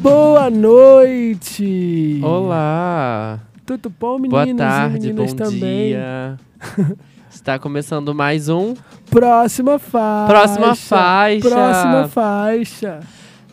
Boa noite! Olá! Tudo bom, Boa meninos e tarde, meninas bom também? dia. Está começando mais um Próxima faixa. Próxima Faixa. Próxima faixa.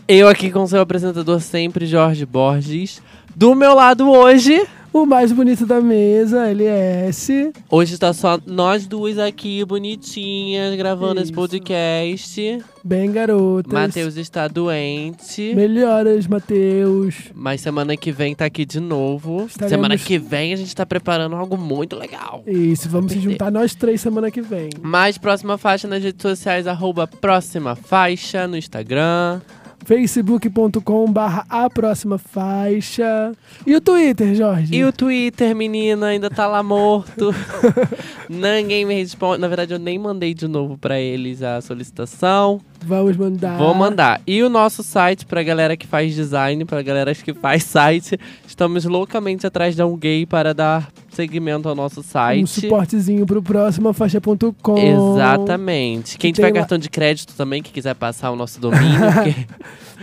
Eu aqui com seu apresentador sempre, Jorge Borges. Do meu lado hoje, O mais bonito da mesa, é LS. hoje tá só nós duas aqui, bonitinhas, gravando esse Isso. podcast. Bem garotas. Matheus está doente. Melhoras, Matheus. Mas semana que vem tá aqui de novo. Estaremos- Semana que vem a gente tá preparando algo muito legal. Isso, vamos se Perdeu. juntar nós três semana que vem. Mais próxima faixa nas redes sociais, arroba próxima faixa no Instagram. facebook.com barra a próxima faixa. E o Twitter, Jorge? E o Twitter, menina, ainda tá lá morto. Ninguém me responde. Na verdade, eu nem mandei de novo pra eles a solicitação. Vamos mandar. Vou mandar. E o nosso site, pra galera que faz design, pra galera que faz site. Estamos loucamente atrás de um gay para dar seguimento ao nosso um site. suportezinho pro próxima faixa.com. Exatamente. Quem Que tiver tem lá- cartão de crédito também, que quiser passar o nosso domínio, porque-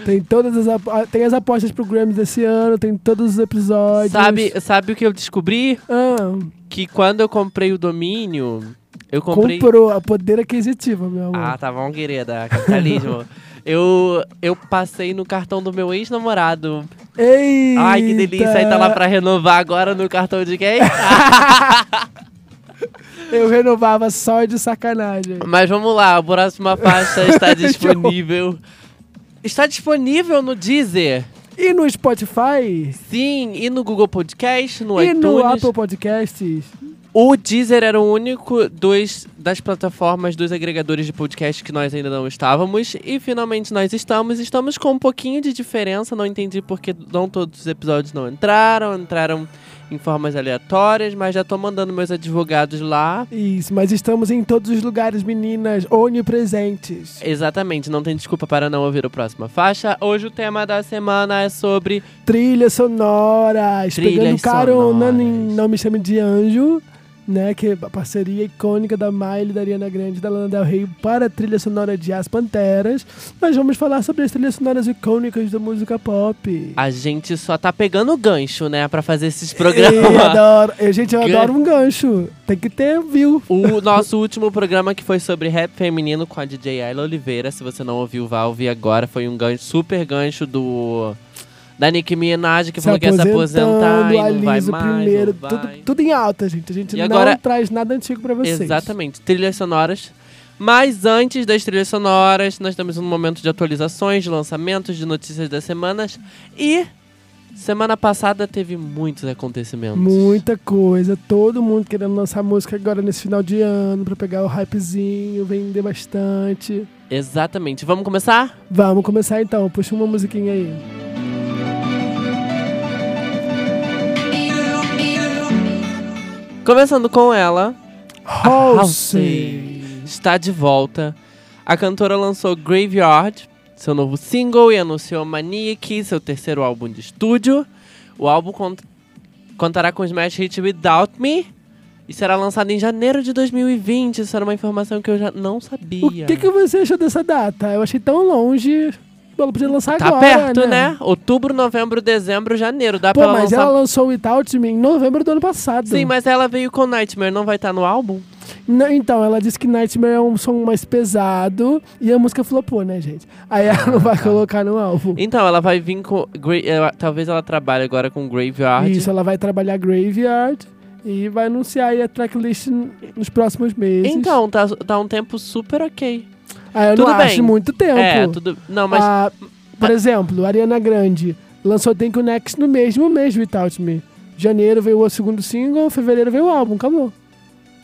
Tem todas as, apo- ah, tem as apostas pro Grammy desse ano, tem todos os episódios. sabe, sabe o que eu descobri? Ah, Que quando eu comprei o domínio, eu comprei comprou a poder aquisitivo, meu amor. Ah, tá bom, querida. Capitalismo. eu, eu passei no cartão do meu ex-namorado. Eita! Ai, que delícia. Aí tá lá pra renovar agora no cartão de quem? Ah, Eu renovava só de sacanagem. Mas vamos lá, a próxima faixa está disponível. Está disponível no Deezer. E no Spotify? Sim, e no Google Podcast, no e iTunes. no Apple Podcasts? O Deezer era o único dos, das plataformas, dos agregadores de podcast que nós ainda não estávamos. E finalmente nós estamos. Estamos com um pouquinho de diferença. Não entendi porque não todos os episódios não entraram. Entraram em formas aleatórias. Mas já tô mandando meus advogados lá. Isso, mas estamos em todos os lugares, meninas, onipresentes. Exatamente, não tem desculpa para não ouvir a próxima faixa. Hoje o tema da semana é sobre Trilhas sonoras, Trilhas pegando carona sonoras. em Não Me Chame de Anjo, né, que é a parceria icônica da Miley, da Ariana Grande, da Lana Del Rey para a trilha sonora de As Panteras. Nós vamos falar sobre as trilhas sonoras icônicas da música pop. a gente só tá pegando gancho, né, Pra fazer esses Eu programas. adoro, eu, gente, eu Gan- adoro um gancho. Tem que ter, viu? O nosso último programa que foi sobre rap feminino com a DJ Ayla Oliveira. Se você não ouviu, vá ouvir agora. Foi um gancho, super gancho do da Nicki Minaj, que falou que ia se aposentar e um não vai mais. Aliso primeiro, não tudo, vai. tudo em alta, gente. A gente E não agora- traz nada antigo pra vocês. Exatamente, trilhas sonoras. Mas antes das trilhas sonoras, nós temos um momento de atualizações, de lançamentos, de notícias das semanas. E semana passada teve muitos acontecimentos. Muita coisa, todo mundo querendo lançar música agora nesse final de ano pra pegar o hypezinho, vender bastante. Exatamente. Vamos começar? Vamos começar então, puxa uma musiquinha aí. Começando com ela. Halsey. está de volta. A cantora lançou Graveyard, seu novo single, e anunciou Maniac, seu terceiro álbum de estúdio. O álbum cont- contará com o smash hit Without Me e será lançado em janeiro de 2020. Isso era uma informação que eu já não sabia. O que, que você achou dessa data? Eu achei tão longe. Ela podia lançar Tá agora. perto, né? Outubro, novembro, dezembro, janeiro. Dá Pô, pra mas lançar. ela lançou o Without Me em novembro do ano passado. Sim, mas ela veio com Nightmare, não vai estar no álbum? Não, então, ela disse que Nightmare é um som mais pesado e a música flopou, né, gente? Aí ela Ah, não tá. vai colocar no álbum. Então, ela vai vir com. Gra- ela- Talvez ela trabalhe agora com Graveyard. Isso, ela vai trabalhar Graveyard e vai anunciar aí a tracklist n- nos próximos meses. Então, tá, tá um tempo super ok. ah, eu tudo não bem. acho muito tempo. É, tudo. Não, mas. Ah, por exemplo, Ariana Grande lançou Think Next no mesmo mês Without Me. Janeiro veio o segundo single, fevereiro veio o álbum, acabou. Ah.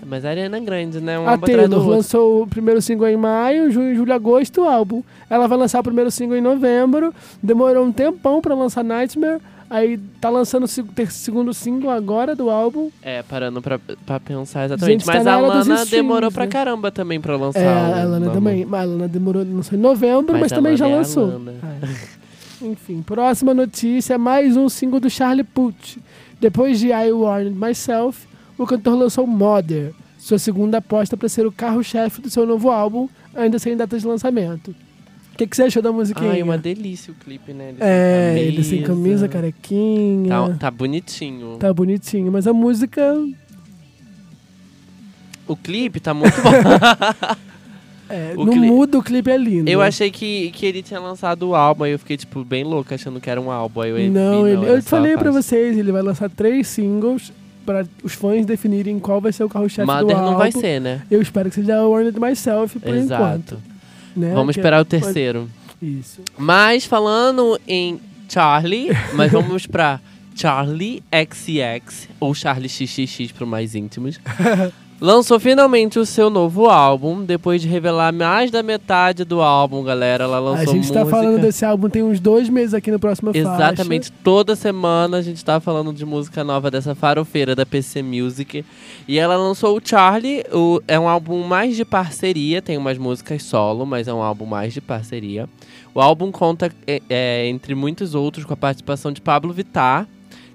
Mas a Ariana Grande, né? Um a álbum atrás do Taylor outro. lançou o primeiro single em maio, junho, julho, agosto, o álbum. Ela vai lançar o primeiro single em novembro, demorou um tempão pra lançar Nightmare, aí tá lançando o seg- ter- segundo single agora do álbum. É, parando pra, pra pensar exatamente. Gente, tá mas na a era dos Lana streams, demorou pra né? caramba também pra lançar. É, o a Lana álbum. também. Mas a Lana demorou, lançou em novembro, mas, a também Lana já é a lançou. Lana. É. Enfim, próxima notícia, mais um single do Charlie Puth. Depois de I Warned Myself, o cantor lançou Mother, sua segunda aposta para ser o carro-chefe do seu novo álbum, ainda sem data de lançamento. O que, que você achou da musiquinha? Ai, uma delícia o clipe, né? Ele sem É, ele sem camisa, carequinha. Tá, tá bonitinho. Tá bonitinho, mas a música. O clipe tá muito bom. É, O não cli- muda, o clipe é lindo. eu achei que, que ele tinha lançado o álbum, aí eu fiquei, tipo, bem louca, achando que era um álbum. Aí eu vi, Não, ele- era eu só falei a pra faixa. vocês, ele vai lançar três singles pra os fãs definirem qual vai ser o carro-chefe do álbum. Mother não vai ser, né? Eu espero que seja Warned Myself por enquanto. Exato. né? Vamos Que é- esperar o terceiro. Isso. Mas falando em Charlie, mas vamos pra Charlie XX, ou Charlie XXX para mais íntimos. Lançou finalmente o seu novo álbum, depois de revelar mais da metade do álbum, galera. Ela lançou a gente música. tá falando desse álbum tem uns dois meses aqui no próximo Exatamente, toda semana a gente tá falando de música nova dessa farofeira da PC Music. E ela lançou o Charlie, o- é um álbum mais de parceria, tem umas músicas solo, mas é um álbum mais de parceria. O álbum conta, é, é, entre muitos outros, com a participação de Pablo Vittar.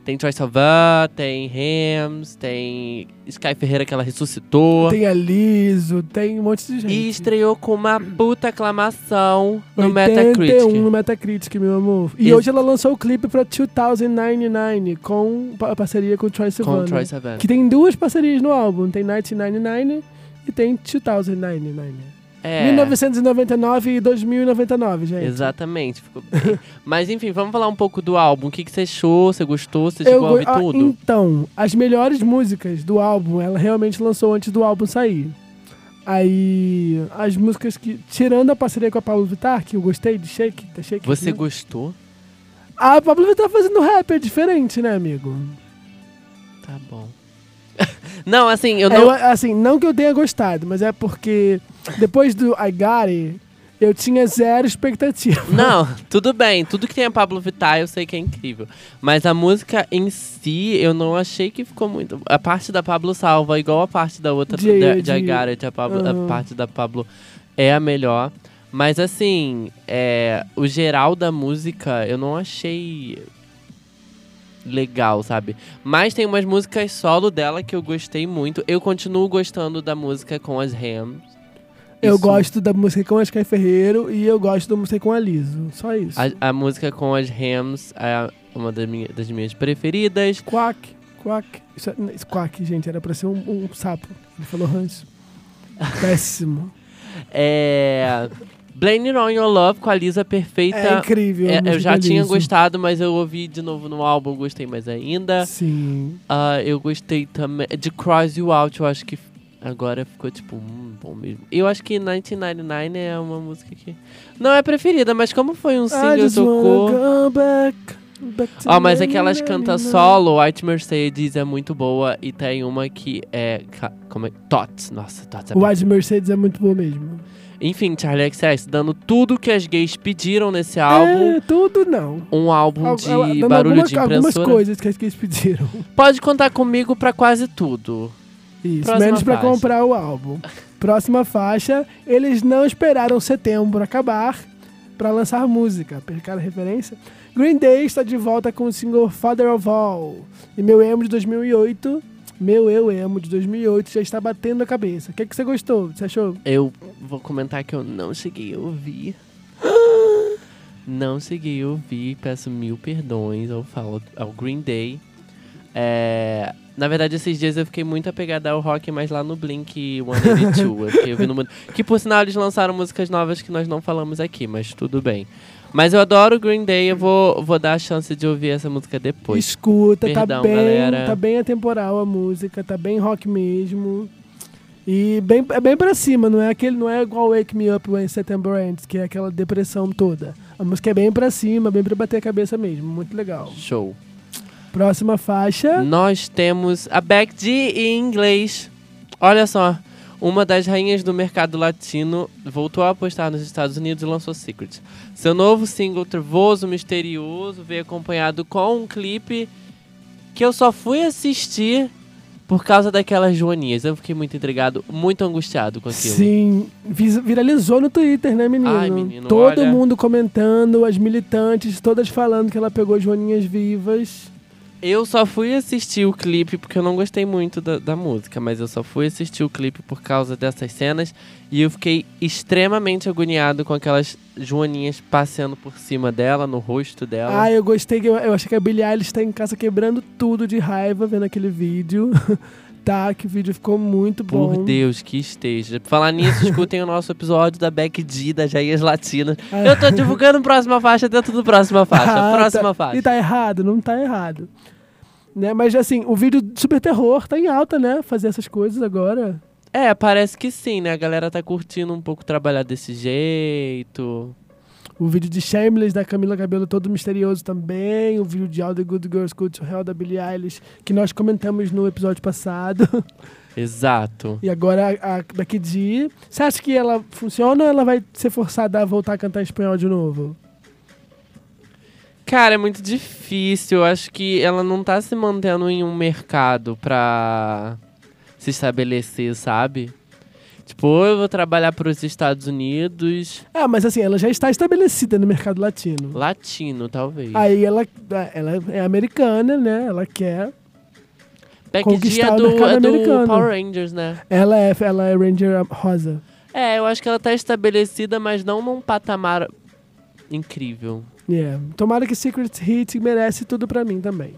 Tem Troy Sivan, tem Rams, tem Sky Ferreira que ela ressuscitou. Tem a Liso, tem um monte de gente. E estreou com uma puta aclamação no 81 Metacritic. no Metacritic, meu amor. E Ex- hoje ela lançou o clipe pra 2099 com a parceria com o Troy Com Sivan. Troy Sivan. Que tem duas parcerias no álbum. Tem 1999 e tem 2099. É. 1999 e 2099, gente. Exatamente. Ficou... Mas enfim, vamos falar um pouco do álbum. O que, que você achou? Você gostou? Você Eu chegou a go- ouvir ah, tudo? então, as melhores músicas do álbum, ela realmente lançou antes do álbum sair. Aí, as músicas que. Tirando a parceria com a Pablo Vittar, que eu gostei de Shake, tá Shake. Você né? gostou? A Pablo Vittar fazendo rap é diferente, né, amigo? Tá bom. não, assim, Eu eu não. assim, não que eu tenha gostado, mas é porque depois do I Got It, eu tinha zero expectativa. Não, tudo bem. Tudo que tem a Pablo Vittar eu sei que é incrível. Mas a música em si, eu não achei que ficou muito. A parte da Pablo salva, igual a parte da outra De- da, de, de- I Got It, a, Pablo- a Aham. parte da Pablo é a melhor. Mas assim, é, o geral da música eu não achei legal, sabe? Mas tem umas músicas solo dela que eu gostei muito. Eu continuo gostando da música com as Rams. Eu Isso. gosto da música com a Sky Ferreiro e eu gosto da música com a Liso. Só isso. A, a música com as Rams é uma das, minha- das minhas preferidas. Quack, quack. Isso, é- isso, quack, gente, era pra ser um, um sapo. Ele falou ranço. Péssimo. É. Blame It On Your Love com a Lisa Perfeita. é incrível. a É, eu música já da tinha Lizzo. gostado, mas eu ouvi de novo no álbum, gostei mais ainda. Sim. Ah, eu gostei também. De Cross You Out, eu acho que agora ficou tipo, hum, bom mesmo. Eu acho que 1999 é uma música que. Não é preferida, mas como foi um I single, Ah, just wanna tocou. go back, back to Ó, Ah, mas aquelas na- que na- canta na- solo, White Mercedes é muito boa. E tem uma que é. ca- Como é? Tots. Nossa, Tots é O Ad Mercedes é muito bom mesmo. Enfim, Charlie XS dando tudo que as gays pediram nesse álbum. É, tudo não. Um álbum Al- de ela- dando barulho alguma- de né? Algumas impressora. coisas que eles pediram. Pode contar comigo pra quase tudo. Isso, Próxima menos pra faixa. comprar o álbum. Próxima faixa, eles não esperaram setembro acabar pra lançar música. Percaram a referência? Green Day está de volta com o single Father of All. E meu emo de 2008, meu eu emo de 2008 já está batendo a cabeça. O que, é que você gostou? Você achou? Eu vou comentar que eu não cheguei a ouvir. Não cheguei a ouvir, peço mil perdões eu falo ao Green Day. É, Na verdade, esses dias eu fiquei muito apegada ao rock, mas lá no Blink 182. eu fiquei ouvindo muito. Que por sinal eles lançaram músicas novas que nós não falamos aqui, mas tudo bem. Mas eu adoro o Green Day, eu vou, vou dar a chance de ouvir essa música depois. Escuta, tá Perdão, bem, galera. tá bem atemporal a música, tá bem rock mesmo. E bem, é bem pra cima, não é aquele, não é igual Wake Me Up When September Ends, que é aquela depressão toda. A música é bem pra cima, bem pra bater a cabeça mesmo, muito legal. Show. Próxima faixa. Nós temos a Beck G em inglês. Olha só, uma das rainhas do mercado latino voltou a apostar nos Estados Unidos e lançou Secret. Seu novo single trevoso, misterioso, veio acompanhado com um clipe que eu só fui assistir por causa daquelas joaninhas. Eu fiquei muito intrigado, muito angustiado com aquilo. Sim, vis- viralizou no Twitter, né, menino? Ai, menino, Todo olha. mundo comentando, as militantes todas falando que ela pegou joaninhas vivas. Eu só fui assistir o clipe porque eu não gostei muito da, da música, mas eu só fui assistir o clipe por causa dessas cenas e eu fiquei extremamente agoniado com aquelas joaninhas passeando por cima dela, no rosto dela. Ah, eu gostei. que Eu, eu achei que a Billie Eilish tá em casa quebrando tudo de raiva vendo aquele vídeo. tá, que o vídeo ficou muito por bom. Deus, que esteja. Falar nisso, escutem o nosso episódio da Beck D, da Jair's Latina. Eu tô divulgando próxima faixa dentro do próxima faixa. Ah, Próxima tá. E faixa. tá errado, não tá errado. Né? Mas assim, o vídeo de super terror tá em alta, né? Fazer essas coisas agora. É, parece que sim, né? A galera tá curtindo um pouco trabalhar desse jeito. O vídeo de Shameless da Camila Cabelo todo misterioso também. O vídeo de All the Good Girls Go to Hell da Billie Eilish, que nós comentamos no episódio passado. Exato. E agora a, a da Kid. Você acha que ela funciona ou ela vai ser forçada a voltar a cantar em espanhol de novo? Cara, é muito difícil. Eu acho que ela não tá se mantendo em um mercado pra se estabelecer, sabe? Tipo, ou eu vou trabalhar pros Estados Unidos, Ah, mas assim, ela já está estabelecida no mercado latino. latino, talvez. Aí ela, ela é americana, né? Ela quer. Back É dia conquistar o do, mercado é do americano. Power Rangers, né? Ela é, ela é Ranger Rosa. É, eu acho que ela tá estabelecida, mas não num patamar incrível. Yeah. Tomara que Secret Hit merece tudo pra mim também.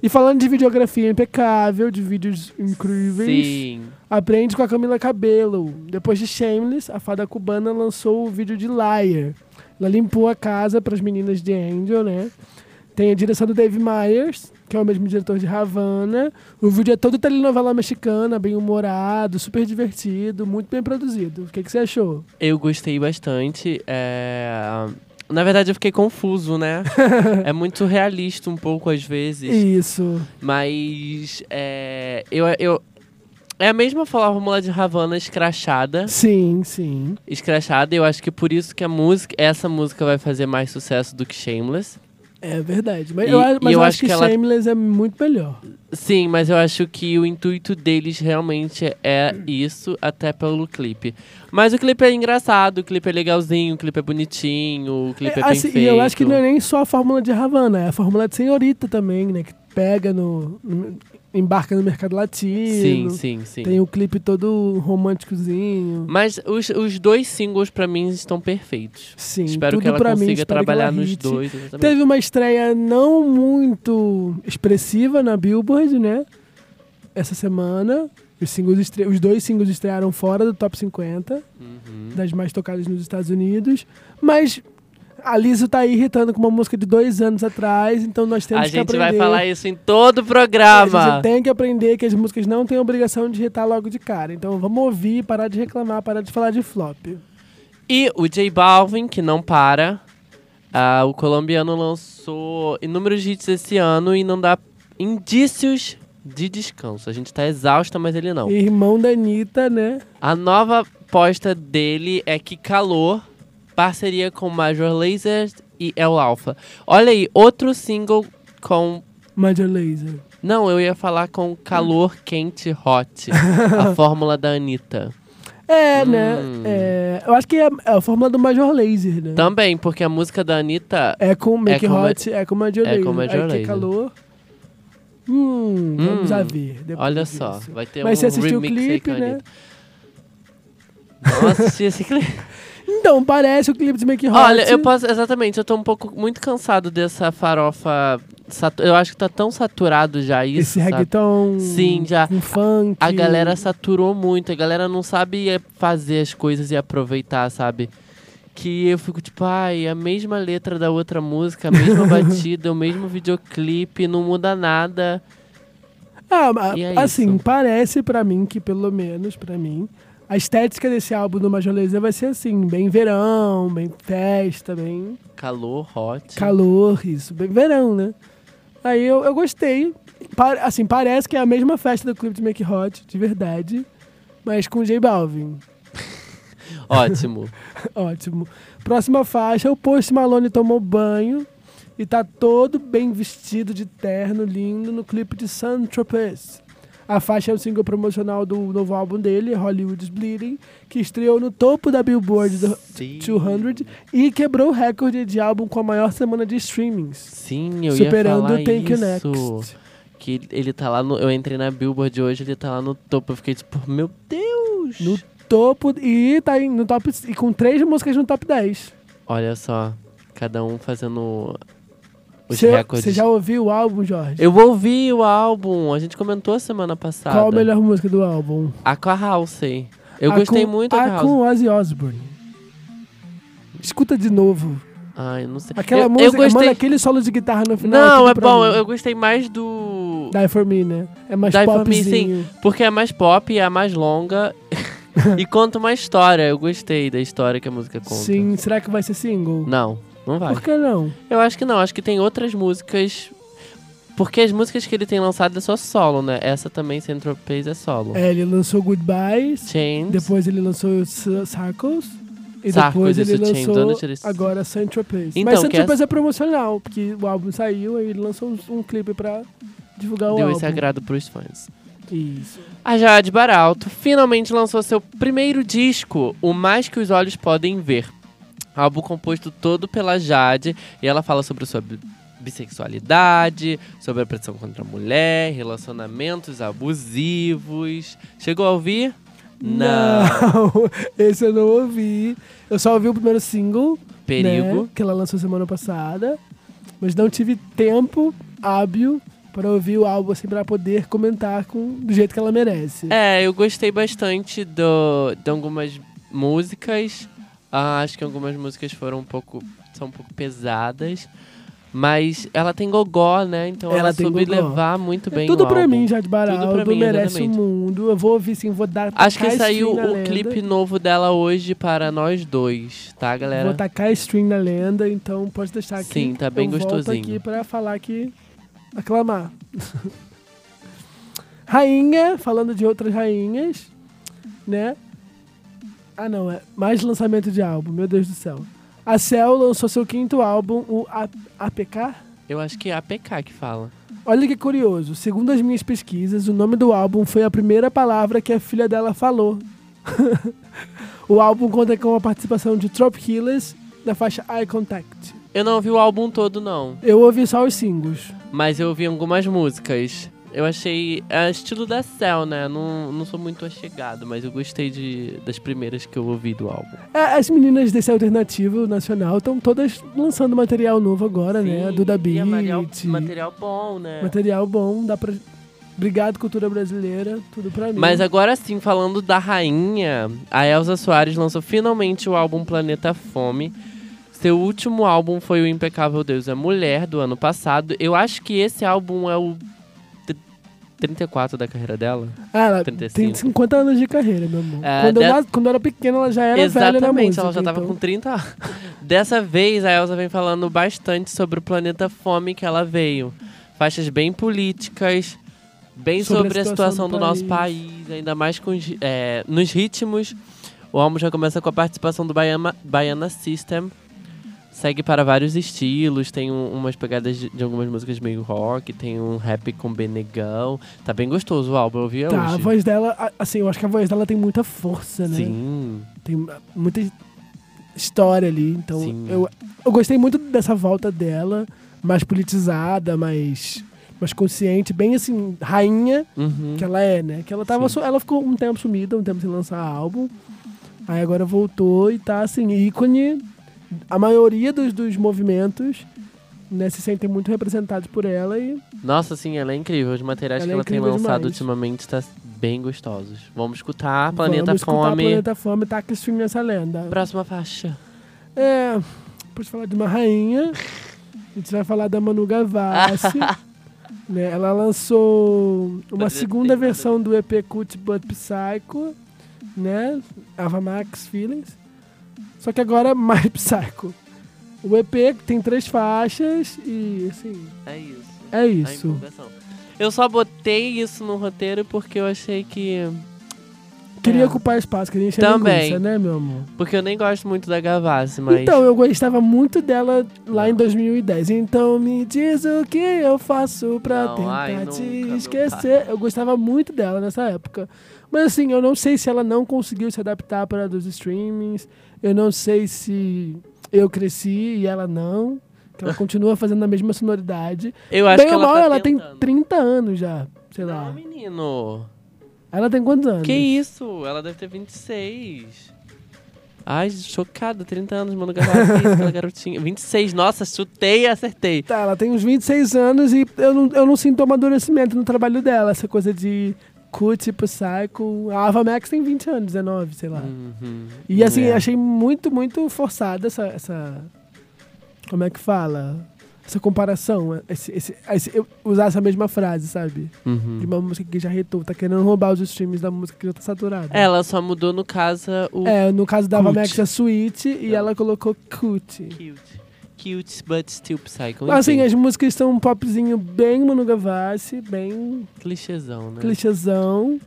E falando de videografia impecável, de vídeos incríveis, Sim. aprende com a Camila Cabello. Depois de Shameless, a fada cubana lançou o vídeo de Liar. Ela limpou a casa pras meninas de Angel, né? Tem a direção do Dave Myers, que é o mesmo diretor de Havana. O vídeo é todo telenovela mexicana, bem humorado, super divertido, muito bem produzido. O que, que você achou? Eu gostei bastante. é, Na verdade, eu fiquei confuso, né? é muito realista um pouco às vezes. Isso. Mas é, eu, eu é a mesma fórmula de Havana escrachada, Sim, sim. escrachada. Eu acho que por isso que a música, essa música vai fazer mais sucesso do que Shameless. É verdade. Mas, E- eu, a- mas e eu eu acho acho que, que ela- Shameless é muito melhor. Sim, mas eu acho que o intuito deles realmente é isso, até pelo clipe. Mas o clipe é engraçado, o clipe é legalzinho, o clipe é bonitinho, o clipe é, É, bem assim, feito. e eu acho que não é nem só a fórmula de Havana, é a fórmula de Senhorita também, né? Que pega no. no- embarca no mercado Sim, latino. sim, sim. Tem um o clipe todo românticozinho. Mas os, os dois singles, pra mim, estão perfeitos. Sim, espero tudo que ela pra mim, consiga espero que trabalhar ela nos hite. dois. exatamente. Teve uma estreia não muito expressiva na Billboard, né? Essa semana. Os, singles estre... Os dois singles estrearam fora do top 50. Uhum. das mais tocadas nos Estados Unidos. Mas a Lizzo tá aí irritando com uma música de dois anos atrás, então nós temos a que gente aprender. vai falar isso em todo o A programa. gente tem que aprender que as músicas não têm obrigação de irritar logo de cara. Então vamos ouvir, parar de reclamar, parar de falar de flop. E o J Balvin, que não para. Ah, o colombiano lançou inúmeros hits esse ano e não dá indícios de descanso. A gente tá exausta, mas ele não. E Irmão da Anitta, né? A nova aposta dele é que Calor, parceria com Major Lazer e El Alfa. Olha aí, outro single com. Major Lazer. Não, eu ia falar com calor quente hot. A fórmula da Anitta. É, né? Hum. É, eu acho que é a fórmula do Major Laser, né? Também, porque a música da Anitta É com Make Então, É com Hot, é com Major é Laser. com Major Aí que Laser. calor. Hum, vamos Hum, a ver. depois Olha disso. só, vai ter Mas um você assistiu o remix aí clipe, com a né? Anitta. Nossa, assisti esse clipe. Então, parece o clipe de Make Hot. Olha, eu posso. Exatamente, eu tô um pouco muito cansado dessa farofa. satu- Eu acho que tá tão saturado já isso. Esse sabe? reggaeton. Sim, já. Um funk. A galera saturou muito, a galera não sabe eh, fazer as coisas e aproveitar, sabe? Que eu fico tipo, ai, a mesma letra da outra música, a mesma batida, o mesmo videoclipe, não muda nada. Ah, mas, E é assim, isso. parece pra mim que, pelo menos pra mim, a estética desse álbum do Majolesa vai ser assim: bem verão, bem festa, bem Calor, hot. calor, isso. Bem verão, né? Aí eu, eu gostei. Pa- assim, parece que é a mesma festa do clipe de Make Hot, de verdade. Mas com J Balvin. Ótimo. Ótimo. Próxima faixa, o Post Malone tomou banho e tá todo bem vestido de terno, lindo, no clipe de Sun Tropez. A faixa é o single promocional do novo álbum dele, Hollywood's Bleeding, que estreou no topo da Billboard do Sim. 200 e quebrou o recorde de álbum com a maior semana de streamings. Sim, eu superando ia falar o Thank isso. You Next. Que ele tá lá no. Eu entrei na Billboard hoje, ele tá lá no topo. Eu fiquei tipo, meu Deus! No topo e tá em- no top e com três músicas no top 10. Olha só, cada um fazendo os recordes. Você já ouviu o álbum, Jorge? Eu ouvi o álbum, a gente comentou semana passada. Qual a melhor música do álbum? A com a Halsey. Eu A gostei com- muito da A Halsey. com Ozzy Osbourne. Escuta de novo. Ai, não sei. Aquela eu, música, eu gostei... mano, aquele solo de guitarra no final. Não, tudo é pra bom, mim. eu, eu gostei mais do. Die For Me, né? É mais Die For Me, popzinho. Porque é mais pop, é a mais longa. e conta uma história. Eu gostei da história que a música conta. Sim, será que vai ser single? Não, não vai. Por que não? Eu acho que não, acho que tem outras músicas. Porque as músicas que ele tem lançado é só solo, né? Essa também, Centropace, é solo. É, ele lançou Goodbyes, Change. depois ele lançou Sa- Circles, e Circles, depois ele isso, Change, lançou Donut, eles- agora Sancho Place. Então, Mas que Sancho Place é promocional, porque o álbum saiu e ele lançou um, um clipe pra divulgar é o Deu álbum. esse agrado pros fãs. Isso. A Jade Baralto finalmente lançou seu primeiro disco, O Mais Que Os Olhos Podem Ver. Álbum composto todo pela Jade e ela fala sobre sua bi- bissexualidade, sobre a pressão contra a mulher, relacionamentos abusivos. Chegou a ouvir? Não, esse eu não ouvi. Eu só ouvi o primeiro single, Perigo. né, que ela lançou semana passada, mas não tive tempo hábil para ouvir o álbum assim para poder comentar com do jeito que ela merece. É, eu gostei bastante do, de algumas músicas. Ah, acho que algumas músicas foram um pouco. são um pouco pesadas. Mas ela tem gogó, né? Então ela, Ela tem soube gogó. É levar muito bem. Tudo o pra álbum. mim, Jade Baraldo, mim, merece exatamente. o mundo. Eu vou ouvir sim, vou dar Acho que tacar saiu stream na o lenda. clipe novo dela hoje para nós dois, tá, galera? Vou tacar stream na lenda, então pode deixar aqui. Sim, tá bem eu volto gostosinho. aqui pra falar que... aclamar. Rainha, falando de outras rainhas, né? Ah não, é mais lançamento de álbum, meu Deus do céu. A Cell lançou seu quinto álbum, o A- APK? Eu acho que é a PK que fala. Olha que curioso, segundo as minhas pesquisas, o nome do álbum foi a primeira palavra que a filha dela falou. o álbum conta com a participação de Trop Killers na faixa Eye Contact. Eu não ouvi o álbum todo, não. Eu ouvi só os singles. Mas eu ouvi algumas músicas. Eu achei. É estilo da Cell, né? Não, não sou muito achegado, mas eu gostei de, das primeiras que eu ouvi do álbum. É, As meninas desse alternativo nacional estão todas lançando material novo agora, né? A Duda e Beat. é material, material bom, né? material bom, dá pra. Obrigado, cultura brasileira, tudo pra mim. Mas agora sim, falando da rainha, a Elza Soares lançou finalmente o álbum Planeta Fome. Seu último álbum foi o Impecável Deus é Mulher, do ano passado. Eu acho que esse álbum é o tr- 34 da carreira dela. Ah, ela 35. tem 50 anos de carreira, meu amor. É, quando, eu dessa- nas- quando eu era pequena, ela já era velha na Exatamente, música. ela já tava então. com 30 anos. Dessa vez, a Elsa vem falando bastante sobre o planeta fome que ela veio. Faixas bem políticas, bem sobre, a situação do, nosso país, ainda mais com, os- é, nos ritmos. O álbum já começa com a participação do Baiana, Baiana System. Segue para vários estilos, tem um- umas pegadas de, de algumas músicas meio rock, tem um rap com Benegão. Tá bem gostoso o álbum, eu Tá, ouvi hoje. a voz dela, a- assim, eu acho que a voz dela tem muita força, né? Sim. Tem muita história ali. Então, Sim. eu, eu gostei muito dessa volta dela, mais politizada, mais, mais consciente, bem assim, rainha Uhum. que ela é, né? Que ela tava. Sim. su- Ela ficou um tempo sumida, um tempo sem lançar álbum. Aí agora voltou e tá assim, ícone. A maioria dos, dos movimentos né, se sentem muito representados por ela e Nossa, sim, ela é incrível. Os materiais Ela que é ela tem incrível lançado demais. ultimamente tá bem gostosos. Vamos escutar Planeta vamos escutar Fome. Planeta Fome, tá com esse filme nessa lenda. Próxima faixa. É, depois de falar de uma rainha, a gente vai falar da Manu Gavassi. né? Ela lançou uma Poderia segunda ter versão do EP Cult But Psycho, né? Ava Max Feelings. Só que agora mais Psycho. O EP tem três faixas e, assim, É isso. é A isso. empolgação. Eu só botei isso no roteiro porque eu achei que Queria É. ocupar espaço, queria encher Também. linguiça, né, meu amor? Porque eu nem gosto muito da Gavassi, mas. Então, eu gostava muito dela lá em 2010. Então me diz o que eu faço pra Não, tentar ai, te nunca, nunca. esquecer. Eu gostava muito dela nessa época. Mas assim, eu não sei se ela não conseguiu se adaptar para dos streamings. Eu não sei se eu cresci e ela não. Que ela continua fazendo a mesma sonoridade. eu acho Bem que ou ela, mal, tá ela tem tentando. 30 anos já. Sei lá. Não, menino. Ela tem quantos anos? Que isso? Ela deve ter 26. Ai, chocada, 30 anos, mano, Gavassi, aquela garotinha. 26, nossa, chutei e acertei. Tá, ela tem uns 26 anos e eu não, eu não sinto amadurecimento no trabalho dela. Essa coisa de cu tipo psycho. A Ava Max tem 20 anos, 19, sei lá. Uhum. E assim, É. achei muito, muito forçada essa, essa. Como é que fala? Essa comparação. Esse, esse, esse- eu usar essa mesma frase, sabe? Uhum. De uma música que já retou. Tá querendo roubar os streams da música que já tá saturada. Ela só mudou, no caso, É, o É, no caso da Ava Cute. Max é Sweet e Não. ela colocou Cute. cute. Cute, but still psycho. Assim, Enfim, as músicas são um popzinho bem Manu Gavassi, bem clichêzão, né? É. clichêzão.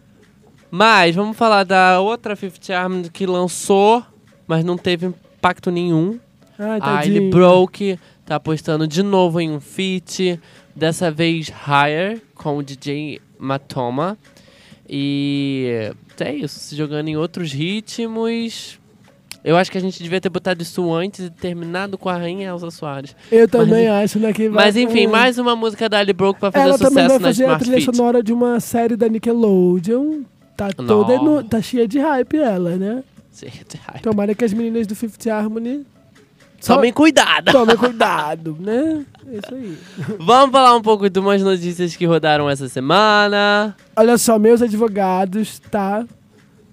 Mas vamos falar da outra Fifth Harmony que lançou, mas não teve impacto nenhum. Ai, A tadinho. Aile Broke tá postando de novo em um feat, dessa vez Higher, com o DJ Matoma. E é isso, se jogando em outros ritmos. Eu acho que a gente devia ter botado isso antes e terminado com a Rainha Elza Soares. Eu também acho, né? Que vai- Mas enfim, mais uma música da Ali Broke pra fazer Ela também vai sucesso na fazer a Smart trilha Fit. sonora de uma série da Nickelodeon. Tá toda. Não. no- tá cheia de hype ela, né? Certo, ai. Tomara que as meninas do Fifth Harmony Só- Tomem cuidado! tomem cuidado, né? É isso aí. Vamos falar um pouco de umas notícias que rodaram essa semana. Olha só, meus advogados, tá?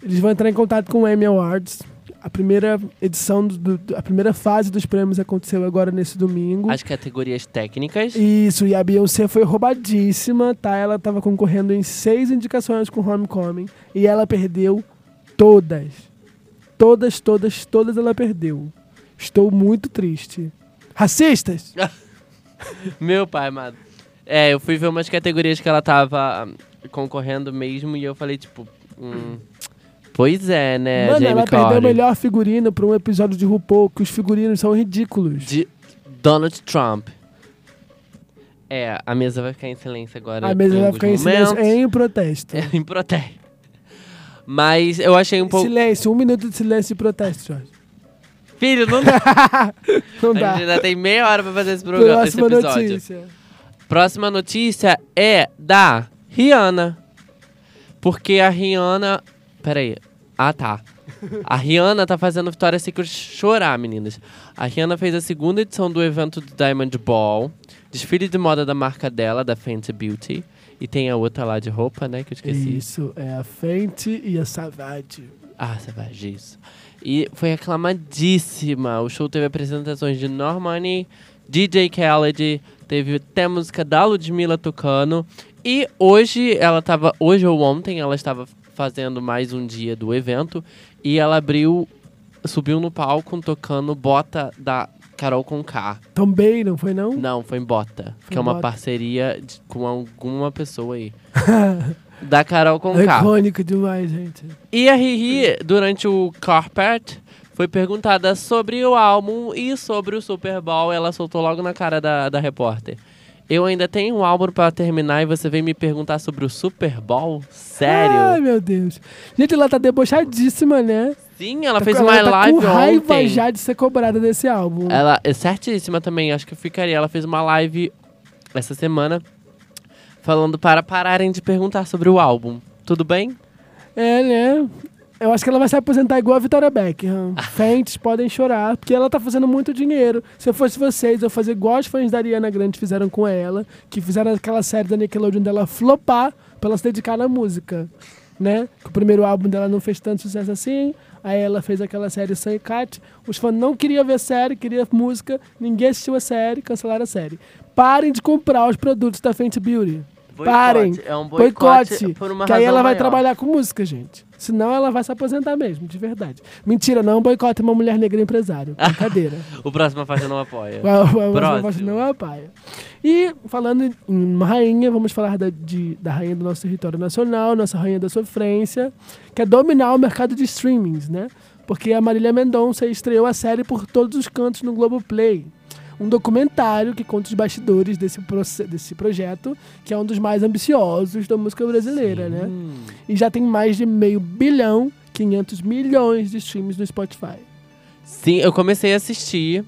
Eles vão entrar em contato com o Emmy Awards. A primeira edição, do- do- a primeira fase dos prêmios aconteceu agora nesse domingo. As categorias técnicas. Isso, e a Beyoncé foi roubadíssima, tá? Ela tava concorrendo em seis indicações com Homecoming e ela perdeu todas. Todas, todas, todas ela perdeu. Estou muito triste. Racistas! Meu pai, mano. É, eu fui ver umas categorias que ela tava hum, concorrendo mesmo e eu falei, tipo, hum, pois é, né, Mano, Jamie ela perdeu Corey. o melhor figurino pra um episódio de RuPaul, que os figurinos são ridículos. De Donald Trump. É, a mesa vai ficar em silêncio agora. a mesa em vai alguns ficar em silêncio é momentos. em protesto. É, em protesto. Mas eu achei um pouco. Silêncio, um minuto de silêncio e protesto, Jorge. Filho, não dá. Não A dá. gente ainda tem meia hora pra fazer esse programa, Próxima esse episódio. notícia. Próxima notícia é da Rihanna. Porque a Rihanna. Peraí. Ah, tá. A Rihanna tá fazendo Vitória Secret chorar, meninas. A Rihanna fez a segunda edição do evento do Diamond Ball, desfile de moda da marca dela, da Fenty Beauty. E tem a outra lá de roupa, né? Que eu esqueci. Isso, é a frente e a Savage. Ah, Savage, isso. E foi aclamadíssima. O show teve apresentações de Normani, DJ Khaled, teve até música da Ludmilla tocando. E hoje, ela tava. Hoje ou ontem, ela estava fazendo mais um dia do evento. E ela abriu. Subiu no palco tocando Bota da Carol Conká. Também, não foi não? Não, foi em Bota. Foi que é uma Bota. parceria de- com alguma pessoa aí. da Carol É Conká. icônico demais, gente. E a Riri, durante o Carpet, foi perguntada sobre o álbum e sobre o Super Bowl. Ela soltou logo na cara da, da repórter. Eu ainda tenho um álbum pra terminar e você vem me perguntar sobre o Super Bowl? Ai, Sério? meu Deus. Gente, ela tá debochadíssima, né? Sim, ela Tá fez com- uma ela tá live com raiva ontem. já de ser cobrada desse álbum. Ela é certíssima também, acho que eu ficaria. Ela fez uma live essa semana falando para pararem de perguntar sobre o álbum. Tudo bem? É, né? Eu acho que ela vai se aposentar igual a Vitória Beckham. Ah. Fentes podem chorar, porque ela tá fazendo muito dinheiro. Se eu fosse vocês, eu fazia igual os fãs da Ariana Grande fizeram com ela, que fizeram aquela série da Nickelodeon dela flopar pra ela se dedicar na música. Né? Que o primeiro álbum dela não fez tanto sucesso assim. Aí ela fez aquela série Sun e Cat. Os fãs não queriam ver série, queriam música. Ninguém assistiu a série, cancelaram a série. Parem de comprar os produtos da Fenty Beauty. Boicote. Parem. É um boicote, Boicote. por uma que aí razão ela vai maior. trabalhar com música, gente. Senão ela vai se aposentar mesmo, de verdade. Mentira, não é um boicote uma mulher negra empresário. Brincadeira. O próximo a fazer não apoia. O Próximo. não é a paia. E falando em uma rainha, vamos falar da, de- da rainha do nosso território nacional, nossa rainha da sofrência, que é dominar o mercado de streamings, né? Porque a Marília Mendonça estreou a série por todos os cantos no Globoplay. Um documentário que conta os bastidores desse, proce- desse projeto, que é um dos mais ambiciosos da música brasileira, né? Hum. E já tem mais de meio bilhão, 500 milhões de streams no Spotify. Sim, eu comecei a assistir.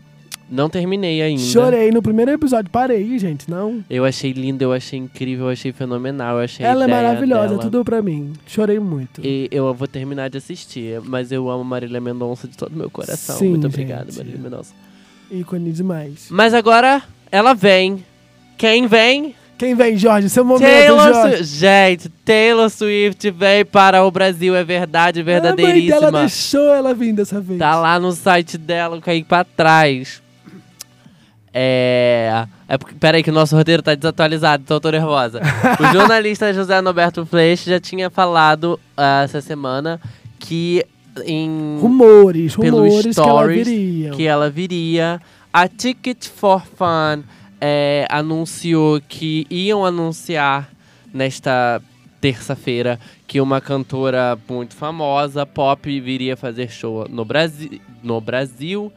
Não terminei ainda. Chorei no primeiro episódio, parei, gente, não. Eu achei lindo, eu achei incrível, eu achei fenomenal, eu achei a Ela é ideia maravilhosa, dela. tudo pra mim. Chorei muito. E eu vou terminar de assistir, mas eu amo Marília Mendonça de todo meu coração. Sim, Muito obrigado, gente. Marília Mendonça. Ícone demais. Mas agora ela vem. Quem vem? Quem vem, Jorge? Seu momento, Taylor Jorge. Swift. Gente, Taylor Swift veio para o Brasil, é verdade, A mãe dela verdadeiríssima. deixou ela vir dessa vez. Tá lá no site dela, eu caí pra trás. É. é porque, peraí, que o nosso roteiro tá desatualizado, então eu tô nervosa. o jornalista José Norberto Freixo já tinha falado ah, essa semana que em Rumores, Pelo rumores que ela stories viria. que ela viria. A Ticket for Fun é, anunciou que iam anunciar nesta terça-feira que uma cantora muito famosa, pop, viria fazer show no Brasil. No Brasil.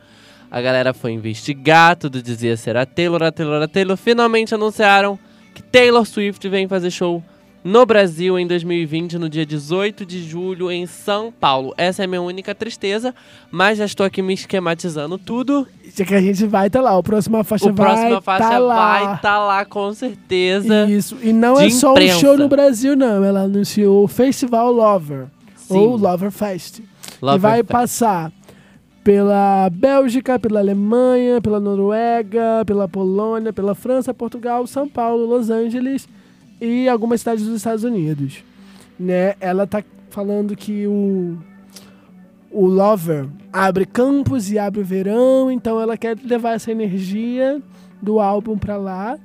A galera foi investigar, tudo dizia ser a Taylor, a Taylor, a Taylor. Finalmente anunciaram que Taylor Swift vem fazer show no Brasil em 2020, no dia 18 de julho, em São Paulo. Essa é a minha única tristeza, mas já estou aqui me esquematizando tudo. É que a gente vai tá lá. O próximo faixa o vai próximo faixa tá vai lá. tá lá com certeza. Isso. E não é de só imprensa. um show no Brasil, não. Ela anunciou o Festival Lover. Sim. Ou Lover Fest. Love que vai Affair. passar pela Bélgica, pela Alemanha, pela Noruega, pela Polônia, pela França, Portugal, São Paulo, Los Angeles e algumas cidades dos Estados Unidos. Né? Ela tá falando que o o Lover abre campos e abre o verão, então ela quer levar essa energia do álbum para lá.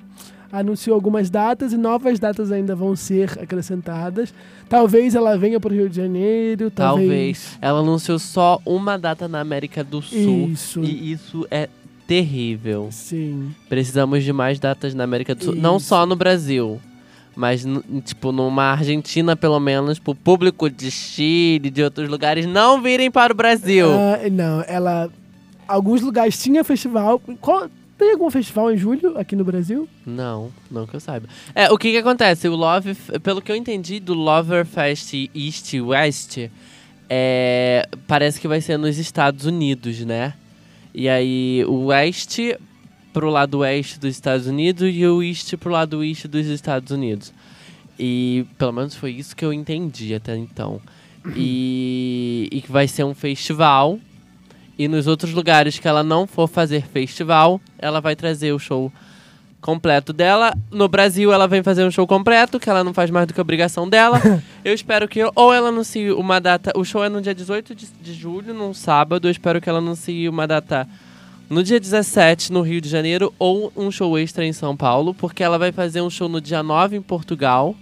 Anunciou algumas datas e novas datas ainda vão ser acrescentadas. Talvez ela venha para o Rio de Janeiro, Talvez. talvez Ela anunciou só uma data na América do Sul. Isso. E isso é terrível. Sim. Precisamos de mais datas na América do Sul. Não Isso. só no Brasil, mas, n- tipo, numa Argentina, pelo menos, pro público de Chile, de outros lugares, não virem para o Brasil. Ah, não, ela. Alguns lugares tinha festival. Qual- tem algum festival em julho aqui no Brasil? Não, não que eu saiba. É, o que que acontece? O Love, F- pelo que eu entendi do Lover Fest East e West, é, parece que vai ser nos Estados Unidos, né? E aí o West pro lado oeste dos Estados Unidos e o East pro lado oeste dos Estados Unidos. E pelo menos foi isso que eu entendi até então. E, e que vai ser um festival. E nos outros lugares que ela não for fazer festival, ela vai trazer o show completo dela. No Brasil, ela vem fazer um show completo, que ela não faz mais do que obrigação dela. eu espero que ou ela anuncie uma data. O show é no dia 18 de, de julho, num sábado. Eu espero que ela anuncie uma data no dia 17 no Rio de Janeiro ou um show extra em São Paulo, porque ela vai fazer um show no dia 9 em Portugal.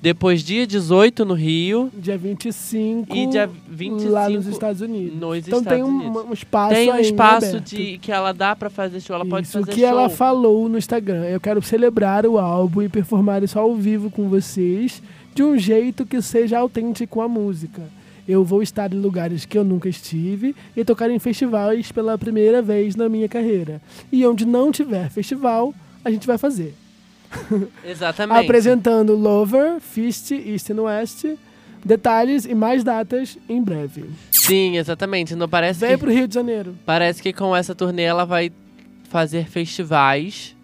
Depois, dia 18 no Rio. Dia 25. E dia 25 Uh, lá nos Estados Unidos. nos então Estados tem um, Unidos. um espaço Tem um ainda espaço aberto. de, que ela dá pra fazer show. Ela pode Isso, fazer o que show. ela falou no Instagram. Eu quero celebrar o álbum e performar isso ao vivo com vocês de um jeito que seja autêntico à música. Eu vou estar em lugares que eu nunca estive e tocar em festivais pela primeira vez na minha carreira. E onde não tiver festival, a gente vai fazer. Exatamente. Apresentando Lover, Fist, East and West, detalhes e mais datas em breve. Sim, exatamente. Não parece que- Vem pro Rio de Janeiro. Parece que com essa turnê ela vai fazer festivais.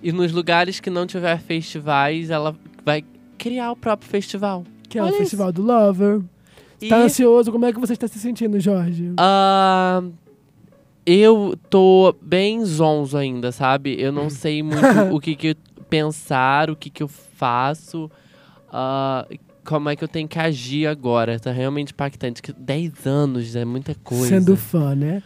E nos lugares que não tiver festivais, ela vai criar o próprio festival. Que é o Olha isso. Festival do Lover. E, Tá ansioso? Como é que você está se sentindo, Jorge? ah, eu tô bem zonzo ainda, sabe? Eu não sei muito o que, que eu pensar, o que, que eu faço, ah, como é que eu tenho que agir agora. Tá realmente impactante. que 10 anos é muita coisa. Sendo fã, né?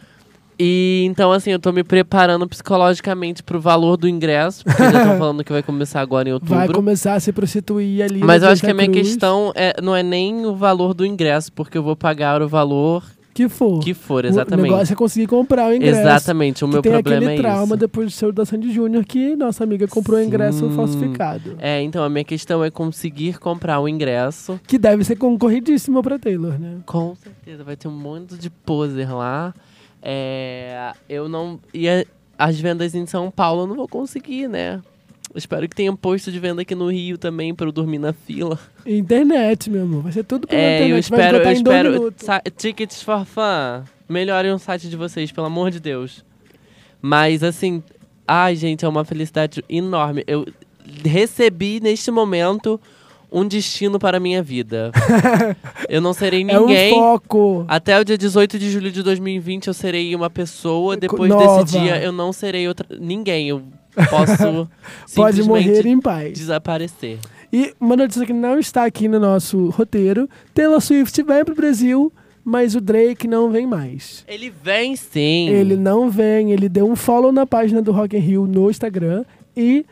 E então, assim, eu tô me preparando psicologicamente pro valor do ingresso, porque já estão falando que vai começar agora em outubro. Vai começar a se prostituir ali. na Mas eu acho que a Santa minha Cruz. questão é, não é nem o valor do ingresso, porque eu vou pagar o valor Que for. que for, O exatamente. negócio é conseguir comprar o ingresso. exatamente, o Que meu tem problema aquele é trauma isso. depois do show da Sandy Júnior que nossa amiga comprou o ingresso Sim. falsificado. É, então a minha questão é conseguir comprar o ingresso. Que deve ser concorridíssimo pra Taylor, né? Com certeza, vai ter um monte de poser lá. É, eu não. E a- as vendas em São Paulo eu não vou conseguir, né? Eu Espero que tenha um posto de venda aqui no Rio também pra eu dormir na fila. Internet, meu amor. Vai ser tudo pela É, internet. eu espero, vai esgotar em eu dois espero. minutos. sa- Tickets for fun. Melhorem o site de vocês, pelo amor de Deus. Mas assim, ai, gente, é uma felicidade enorme. Eu recebi neste momento um destino para a minha vida. eu não serei ninguém. É um foco. Até o dia 18 de julho de 2020 eu serei uma pessoa, depois Nova. desse dia eu não serei outra, ninguém. Eu posso Pode morrer simplesmente em paz. desaparecer. E uma notícia que não está aqui no nosso roteiro: Taylor Swift vai pro Brasil, mas o Drake não vem mais. Ele vem sim. Ele não vem, ele deu um follow na página do Rock in Rio no Instagram e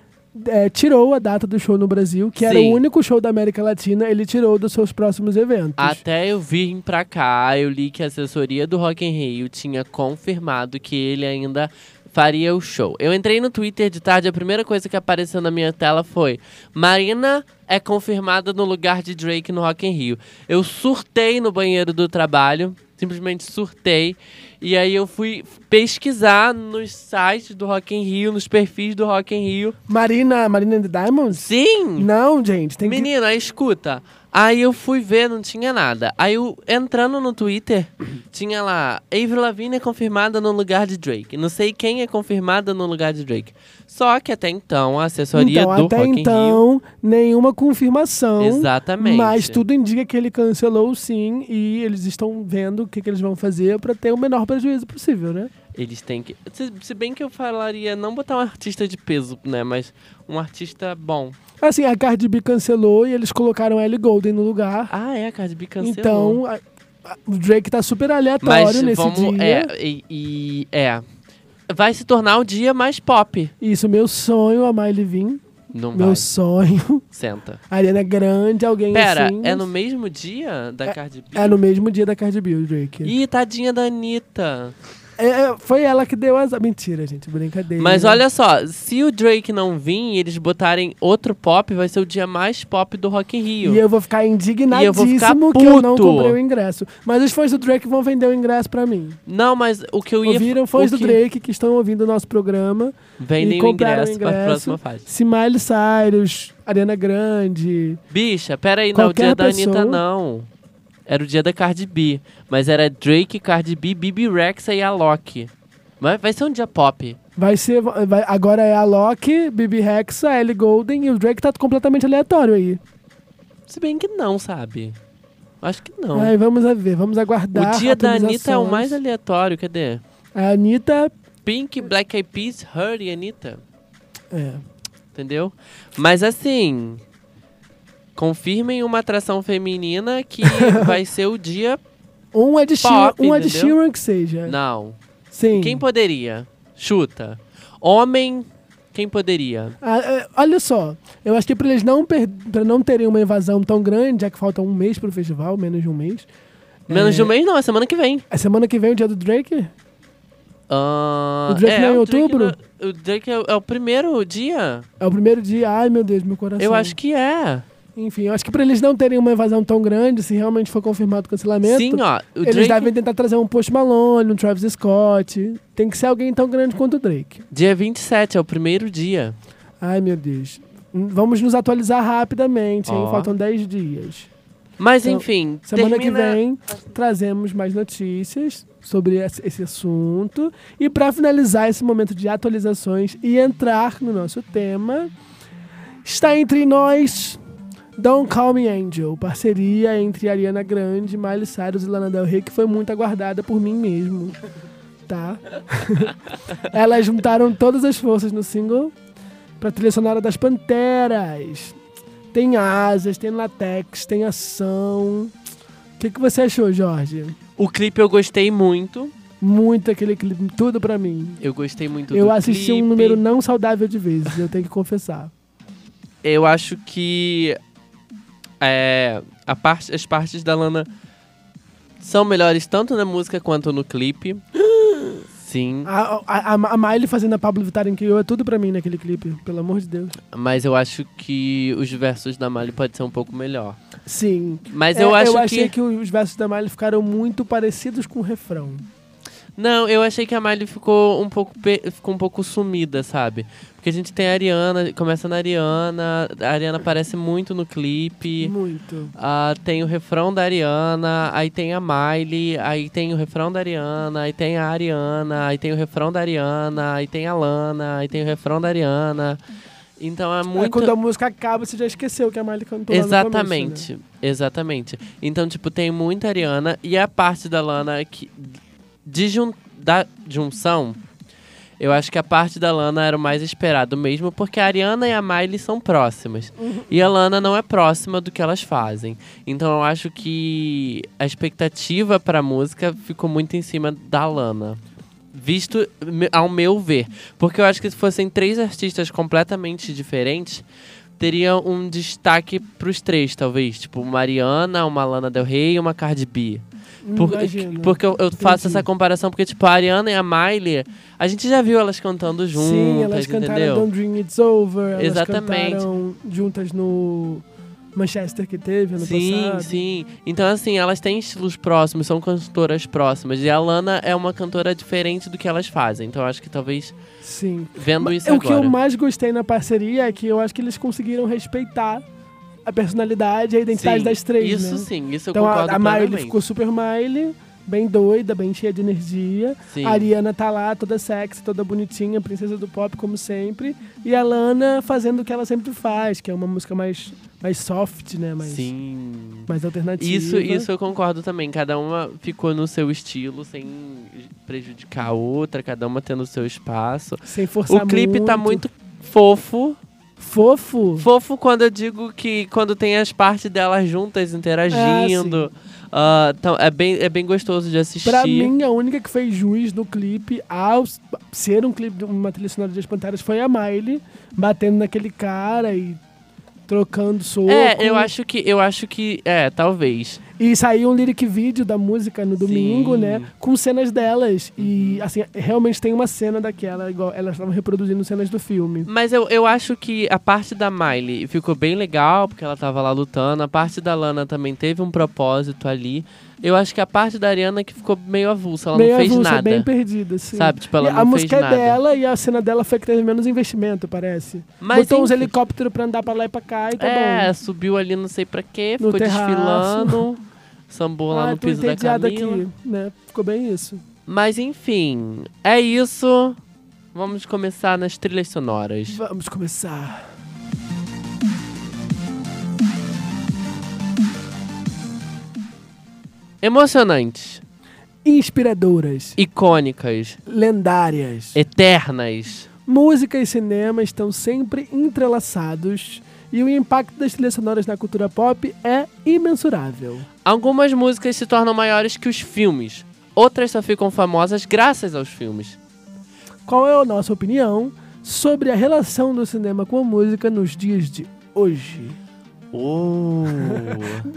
é, tirou a data do show no Brasil, que era o Sim. único show da América Latina, ele tirou dos seus próximos eventos. Até eu vir pra cá, eu li que a assessoria do Rock in Rio tinha confirmado que ele ainda faria o show. Eu entrei no Twitter de tarde, a primeira coisa que apareceu na minha tela foi Marina é confirmada no lugar de Drake no Rock in Rio. Eu surtei no banheiro do trabalho, simplesmente surtei. E aí eu fui pesquisar nos sites do Rock in Rio, nos perfis do Rock in Rio. Marina, Marina and the Diamonds? Sim! Não, gente, tem que. Menina, escuta. Aí eu fui ver, não tinha nada. Aí eu, entrando no Twitter, tinha lá, Avril Lavigne é confirmada no lugar de Drake. Não sei quem é confirmada no lugar de Drake. Só que até então, a assessoria Então, do até Rock in Rio... então, nenhuma confirmação. Exatamente. Mas tudo indica que ele cancelou sim e eles estão vendo o que, que eles vão fazer pra ter o menor prejuízo possível, né? Eles têm que... Se, se bem que eu falaria, não botar um artista de peso, né? Mas um artista bom. Assim, a Cardi B cancelou e eles colocaram a Ellie Golden no lugar. Ah, é, a Cardi B cancelou. Então, a- a- o Drake tá super aleatório Mas nesse vamos... dia. É, e, e- É. Vai se tornar o dia mais pop. Isso, meu sonho, a Miley Vim. Não Meu vai. sonho. Senta. A Ariana Grande, alguém Pera, assim. é no mesmo dia da Cardi B? É no mesmo dia da Cardi B, o Drake. Ih, tadinha da Anitta. É, é, foi ela que deu as... Mentira, gente, brincadeira. Mas olha só, se o Drake não vir e eles botarem outro pop, vai ser o dia mais pop do Rock in Rio. E eu vou ficar indignadíssimo E eu vou ficar que eu não puto. comprei o ingresso. Mas os fãs do Drake vão vender o ingresso pra mim. Não, mas o que eu ia... Ouviram o fãs do que Drake que estão ouvindo o nosso programa. Vendem e o compraram ingresso, o para a ingresso. próxima fase. Se Miley Cyrus, Ariana Grande... Bicha, pera aí, não, o Qualquer dia da pessoa- Anitta não. Era o dia da Cardi B. Mas era Drake, Cardi B, Bibi Rexa e Alok. Mas vai ser um dia pop. Vai ser... vai- agora é a Loki, Bibi Rexa, Ellie Golden e o Drake tá completamente aleatório aí. Se bem que não, sabe? Acho que não. Ai, vamos a ver, vamos aguardar Então. o dia da Anitta é o mais atualizações. aleatório, cadê? A Anitta... Pink, Black Eyed Peas, Her e Anitta. É. Entendeu? Mas assim. Confirmem uma atração feminina que vai ser o dia. Um é de, She Pop, um é de entendeu? Sheeran que seja. Não. Sim. Quem poderia? Chuta. Homem, quem poderia? Ah, é, olha só, eu acho que para eles não per- pra não terem uma invasão tão grande, já que falta um mês pro festival, menos de um mês. É. Menos de um mês, não, é semana que vem. A semana que vem é o dia do Drake? Ah, O Drake não é em o Drake outubro? não- O Drake é, o- é o primeiro dia? É o primeiro dia. Ai, meu Deus, meu coração. Eu acho que é. Enfim, eu acho que para eles não terem uma invasão tão grande, se realmente for confirmado o cancelamento, Sim, ó. O eles Drake, devem tentar trazer um Post Malone, um Travis Scott. Tem que ser alguém tão grande quanto o Drake. Dia 27 é o primeiro dia. Ai, meu Deus. Hum, Vamos nos atualizar rapidamente, hein? Ó. Faltam 10 dias. Mas Então, enfim, Semana termina- que vem trazemos mais notícias sobre esse esse assunto. E para finalizar esse momento de atualizações e entrar no nosso tema, está entre nós Don't Call Me Angel, parceria entre Ariana Grande, Miley Cyrus e Lana Del Rey, que foi muito aguardada por mim mesmo. Tá? Elas juntaram todas as forças no single para trilha sonora das Panteras. Tem asas, tem latex, tem ação. O que, que você achou, Jorge? O clipe eu gostei muito. muito aquele clipe, tudo pra mim. Eu gostei muito eu do assisti clipe. um número não saudável de vezes, eu tenho que confessar. Eu acho que é, a parte, as partes da Lana são melhores tanto na música quanto no clipe. Sim, A, a, a, a Miley fazendo a Pablo Vittar em que eu é tudo pra mim naquele clipe, pelo amor de Deus. mas eu acho que os versos da Miley pode ser um pouco melhor. Sim. Mas É, eu acho achei que... que... os versos da Miley ficaram muito parecidos com o refrão. Não, eu achei que a Miley ficou um pouco pe- ficou um pouco sumida, sabe? Porque a gente tem a Ariana, começa na Ariana, a Ariana aparece muito no clipe. Muito. Ah, tem o refrão da Ariana, aí tem a Miley, aí tem o refrão da Ariana, aí tem a Ariana, aí tem o refrão da Ariana, aí tem a Lana, aí tem o refrão da Ariana. Então é Aí muito. quando a música acaba, você já esqueceu que a Miley cantou lá no começo, né? Exatamente, exatamente. Então, tipo, tem muita Ariana e a parte da Lana que. De jun... da junção, eu acho que a parte da Lana era o mais esperado mesmo, porque a Ariana e a Miley são próximas. Uhum. E a Lana não é próxima do que elas fazem. Então eu acho que a expectativa pra música ficou muito em cima da Lana. Visto me- ao meu ver. Porque eu acho que se fossem três artistas completamente diferentes, teria um destaque pros três, talvez. Tipo, uma Ariana, uma Lana Del Rey e uma Cardi B. Hum, Por- imagino. porque eu, eu faço Entendi. essa comparação, porque, tipo, a Ariana e a Miley, a gente já viu elas cantando juntas, Sim, elas cantaram entendeu? Don't Dream It's Over. Elas Exatamente. cantaram juntas no Manchester que teve ano Sim, passado. sim. Então, assim, elas têm estilos próximos, são cantoras próximas. E a Lana é uma cantora diferente do que elas fazem. Então, eu acho que talvez, Sim. vendo Ma- isso é o agora... que eu mais gostei na parceria é que eu acho que eles conseguiram respeitar a personalidade e a identidade Sim, das três, Isso né? sim, isso Então eu a, concordo a Miley plenamente. ficou super Miley, bem doida, bem cheia de energia. Sim. A Ariana tá lá, toda sexy, toda bonitinha, princesa do pop, como sempre. E a Lana fazendo o que ela sempre faz, que é uma música mais, mais soft, né? Mais, Sim. mais alternativa. Isso, isso eu concordo também. Cada uma ficou no seu estilo, sem prejudicar a outra, cada uma tendo o seu espaço. Sem forçar o clipe muito. tá muito fofo. Fofo. Fofo quando eu digo que quando tem as partes delas juntas interagindo. Ah, então, é, bem, é bem gostoso de assistir. Pra mim, a única que fez juiz no clipe, ao s- ser um clipe de uma trilha sonora de As Panteras, foi a Miley, batendo naquele cara e trocando soco. é, eu acho que. Eu acho que. É, talvez. E saiu um lyric vídeo da música no domingo, Sim. Uhum. né? Com cenas delas. E, assim, realmente tem uma cena daquela, igual elas estavam reproduzindo cenas do filme. Mas eu, eu acho que a parte da Miley ficou bem legal, porque ela tava lá lutando. A parte da Lana também teve um propósito ali. Eu acho que a parte da Ariana que ficou meio avulsa, ela Meio não fez avulsa, nada. bem perdida, assim. Sabe? Tipo, ela E não a fez música é nada. dela e a cena dela foi que teve menos investimento, parece. Mas, Botou uns enfim. helicópteros pra andar pra lá e pra cá e tá bom. é, subiu ali não sei pra quê, No ficou terraço. desfilando. Sambou lá ah, no tô piso da entediada Camila. aqui, né? Ficou bem isso. Mas enfim, é isso. Vamos começar nas trilhas sonoras. Vamos começar. Emocionantes, Inspiradoras, icônicas, É. lendárias. eternas. Música e cinema estão sempre entrelaçados e o impacto das trilhas sonoras na cultura pop é imensurável. Algumas músicas se tornam maiores que os filmes, outras só ficam famosas graças aos filmes. Qual é a nossa opinião sobre a relação do cinema com a música nos dias de hoje? Oh.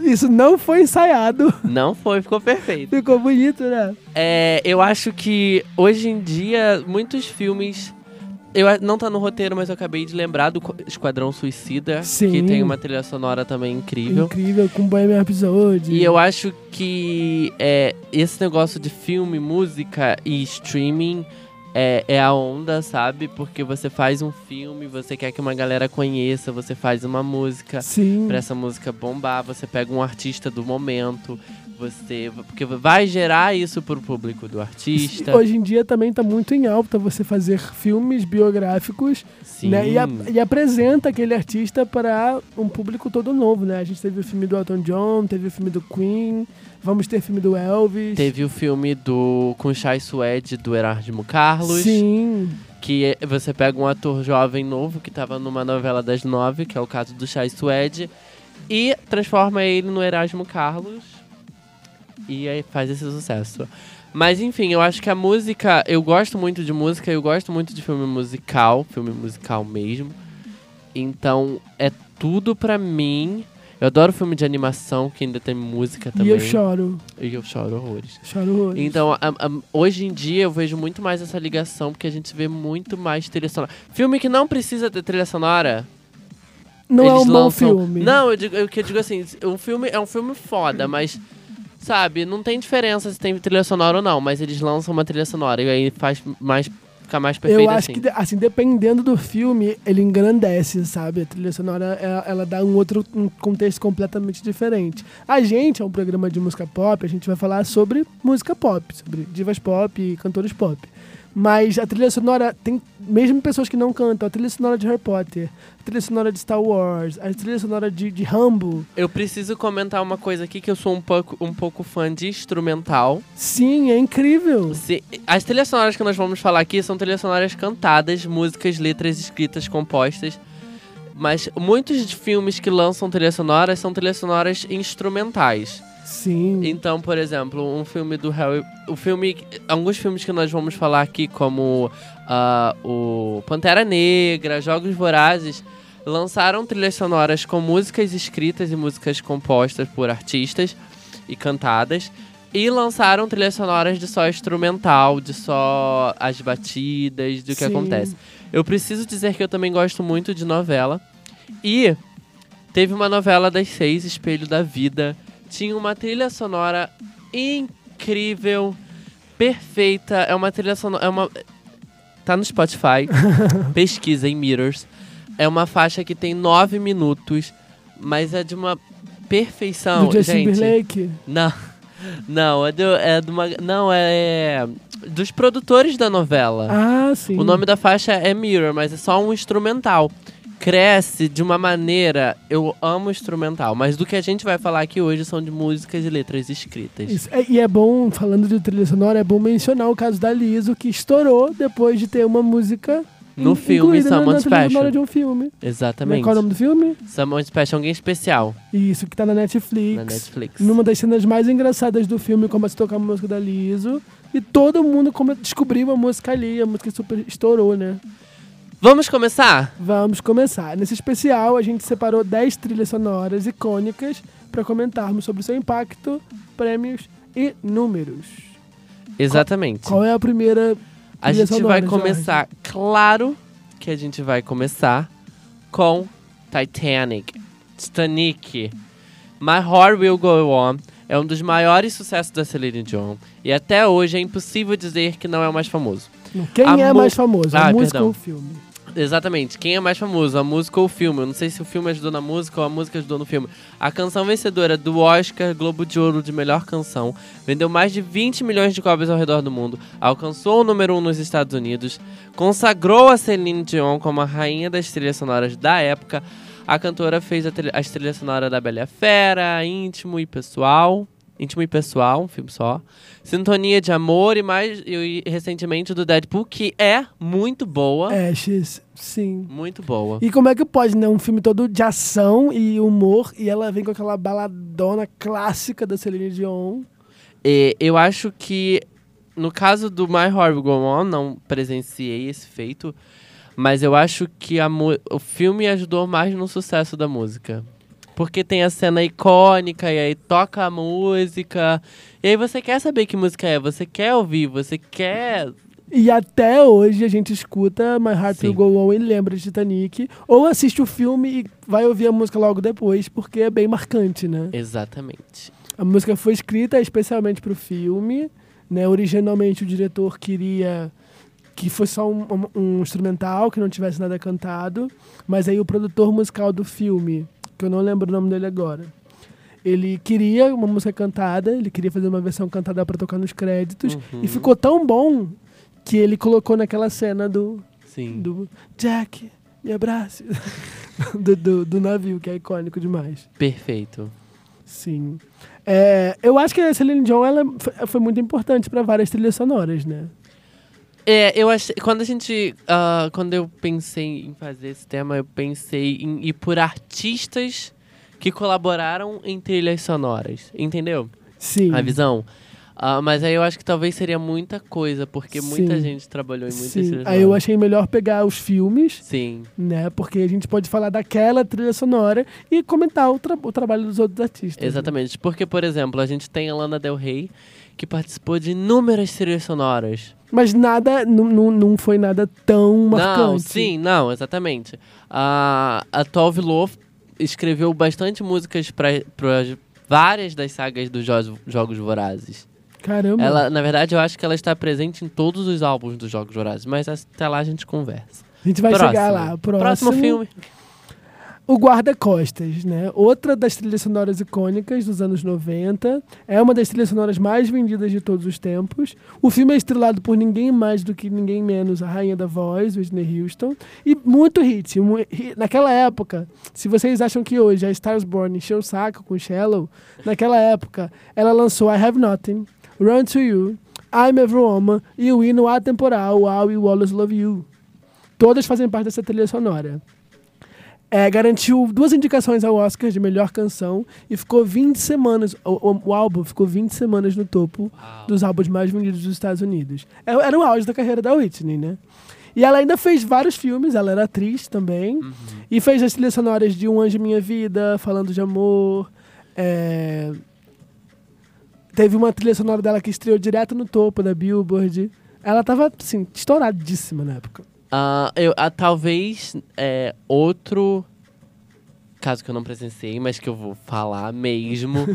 Isso não foi ensaiado, Não foi, ficou perfeito. ficou bonito, né? É, eu acho que hoje em dia muitos filmes. Eu, a- não tá no roteiro, mas eu acabei de lembrar do Co- Esquadrão Suicida, Sim. que tem uma trilha sonora também incrível. Incrível, com Bohemian Rhapsody. E eu acho que é, esse negócio de filme, música e streaming é, é a onda, sabe? Porque você faz um filme, você quer que uma galera conheça, você faz uma música Sim, pra essa música bombar, você pega um artista do momento, você. Porque vai gerar isso pro público do artista. hoje em dia também tá muito em alta você fazer filmes biográficos Sim. né? E, a- e apresenta aquele artista para um público todo novo, né? A gente teve o filme do Elton John, teve o filme do Queen, vamos ter filme do Elvis. Teve o filme do com Chai Suede do Erasmo Carlos. Sim, Que é- você pega um ator jovem novo que tava numa novela das nove, que é o caso do Chai Suede, e transforma ele no Erasmo Carlos. E aí faz esse sucesso. Mas enfim, eu acho que a música. Eu gosto muito de música, eu gosto muito de filme musical, filme musical mesmo. Então é tudo pra mim. Eu adoro filme de animação que ainda tem música também. E eu choro. E eu choro horrores. Choro horrores. Então, a- a- hoje em dia eu vejo muito mais essa ligação, porque a gente vê muito mais trilha sonora. Filme que não precisa ter trilha sonora. não é eles um bom lançam- filme. Não, eu digo, eu, que eu digo assim, um filme é um filme foda, mas sabe, não tem diferença se tem trilha sonora ou não, mas eles lançam uma trilha sonora e aí faz mais fica mais perfeito Eu acho assim. que, assim, dependendo do filme, ele engrandece, sabe? A trilha sonora, ela, ela dá um outro um contexto completamente diferente. A gente é um programa de música pop, a gente vai falar sobre música pop, sobre divas pop e cantores pop. Mas a trilha sonora tem, mesmo pessoas que não cantam, a trilha sonora de Harry Potter, a trilha sonora de Star Wars, a trilha sonora de, de Rambo. Eu preciso comentar uma coisa aqui que eu sou um pouco um pouco fã de instrumental. Sim, é incrível. Se- as trilhas sonoras que nós vamos falar aqui são trilhas sonoras cantadas, músicas, letras escritas, compostas. Mas muitos de filmes que lançam trilhas sonoras são trilhas sonoras instrumentais. Sim. Então, por exemplo, um filme do Harry. O filme. Alguns filmes que nós vamos falar aqui, como ah, o Pantera Negra, Jogos Vorazes, lançaram trilhas sonoras com músicas escritas e músicas compostas por artistas e cantadas. E lançaram trilhas sonoras de só instrumental, de só as batidas, do Sim. que acontece. Eu preciso dizer que eu também gosto muito de novela. E teve uma novela das seis, Espelho da Vida. Tinha uma trilha sonora incrível, perfeita. É uma trilha sonora. É uma... Tá no Spotify. Pesquisa em Mirrors. É uma faixa que tem nove minutos, mas é de uma perfeição. do Justin Então, gente. Timberlake. Não. Não, é, do, é de uma. Não, é. Dos produtores da novela. Ah, sim. O nome da faixa é Mirror, mas é só um instrumental. Cresce de uma maneira. Eu amo instrumental, mas do que a gente vai falar aqui hoje são de músicas e letras escritas. Isso. É, E é bom, falando de trilha sonora, é bom mencionar o caso da Liso, que estourou depois de ter uma música No in- filme incluída na- Someone na trilha sonora Special. de um filme. Né? Exatamente. Qual é o nome do filme? Someone Special, alguém especial Isso, que tá na Netflix. na Netflix. Numa das cenas mais engraçadas do filme, começa a tocar a música da Liso. E todo mundo come- descobriu a música ali, a música super estourou, né? Vamos começar? Vamos começar. Nesse especial, a gente separou 10 trilhas sonoras icônicas para comentarmos sobre o seu impacto, prêmios e números. Exatamente. Qual é a primeira a trilha gente vai sonora, começar, claro que a gente vai começar com Titanic. Titanic. My Heart Will Go On é um dos maiores sucessos da Celine Dion e até hoje é impossível dizer que não é o mais famoso. Quem A é mu- mais famoso? a Ah, música perdão. ou o filme? Exatamente, quem é mais famoso, a música ou o filme? Eu não sei se o filme ajudou na música ou a música ajudou no filme. A canção vencedora do Oscar Globo de Ouro de Melhor Canção vendeu mais de 20 milhões de cópias ao redor do mundo, alcançou o número 1 nos Estados Unidos, consagrou a Celine Dion como a rainha das trilhas sonoras da época. A cantora fez a trilha, as trilhas sonoras da Bela e a Fera, Íntimo e Pessoal. Íntimo e Pessoal, um filme só. Sintonia de Amor e mais e recentemente do Deadpool, que é muito boa. Ashes, É, sim. Muito boa. E como é que pode, né? Um filme todo de ação e humor e ela vem com aquela baladona clássica da Celine Dion. E eu acho que no caso do My Horror Go On, não presenciei esse feito, mas eu acho que a mu- o filme ajudou mais no sucesso da música. Porque tem a cena icônica, e aí toca a música. E aí você quer saber que música é, você quer ouvir, você quer. E até hoje a gente escuta My Heart Sim. Will Go On e lembra de Titanic. Ou assiste o filme e vai ouvir a música logo depois, porque é bem marcante, né? Exatamente. A música foi escrita especialmente para o filme, né? Originalmente o diretor queria que fosse só um, um- um instrumental, que não tivesse nada cantado, mas aí o produtor musical do filme, que eu não lembro o nome dele agora, ele queria uma música cantada, ele queria fazer uma versão cantada para tocar nos créditos, e ficou tão bom que ele colocou naquela cena do, Sim. do Jack, me abrace, do, do, do navio, que é icônico demais. Perfeito. Sim. É, eu acho que a Celine Dion ela f- foi muito importante para várias trilhas sonoras, né? É, eu achei. Quando a gente. ah, quando eu pensei em fazer esse tema, eu pensei em ir por artistas que colaboraram em trilhas sonoras. Entendeu? Sim. A visão. Ah, mas aí eu acho que talvez seria muita coisa, porque muita Sim. gente trabalhou em muitas Sim. trilhas Aí eu sonoras. achei melhor pegar os filmes, Sim. né? Porque a gente pode falar daquela trilha sonora e comentar o, tra- o trabalho dos outros artistas. né? Exatamente. Porque, por exemplo, a gente tem a Lana Del Rey, que participou de inúmeras trilhas sonoras. Mas nada, nu- nu- não foi nada tão marcante. Não, sim, não, exatamente. A, a Tove Lo escreveu bastante músicas para várias das sagas dos jo Jogos Vorazes. Caramba. Ela, na verdade, eu acho que ela está presente em todos os álbuns dos Jogos Vorazes, mas até lá a gente conversa. A gente vai Próximo. chegar lá. Próximo, Próximo filme. O Guarda-Costas, né? Outra das trilhas sonoras icônicas dos anos 90. É uma das trilhas sonoras mais vendidas de todos os tempos. O filme é estrelado por ninguém mais do que ninguém menos a rainha da voz, Whitney Houston. E muito hit. mu- hi- Naquela época, se vocês acham que hoje a Stars Born encheu o saco com Shallow, naquela época ela lançou I Have Nothing, Run To You, I'm Every Woman e o hino atemporal Wow e Wallace Love You. Todas fazem parte dessa trilha sonora. É, garantiu duas indicações ao Oscar de melhor canção e ficou 20 semanas. O, o- o álbum ficou 20 semanas no topo dos álbuns mais vendidos dos Estados Unidos. É- Era o auge da carreira da Whitney, né? E ela ainda fez vários filmes, ela era atriz também. E fez as trilhas sonoras de Um Anjo em Minha Vida, Falando de Amor. é, Teve uma trilha sonora dela que estreou direto no topo da Billboard. Ela tava, assim, estouradíssima na época. Ah, eu, ah, talvez é, outro caso que eu não presenciei, mas que eu vou falar mesmo,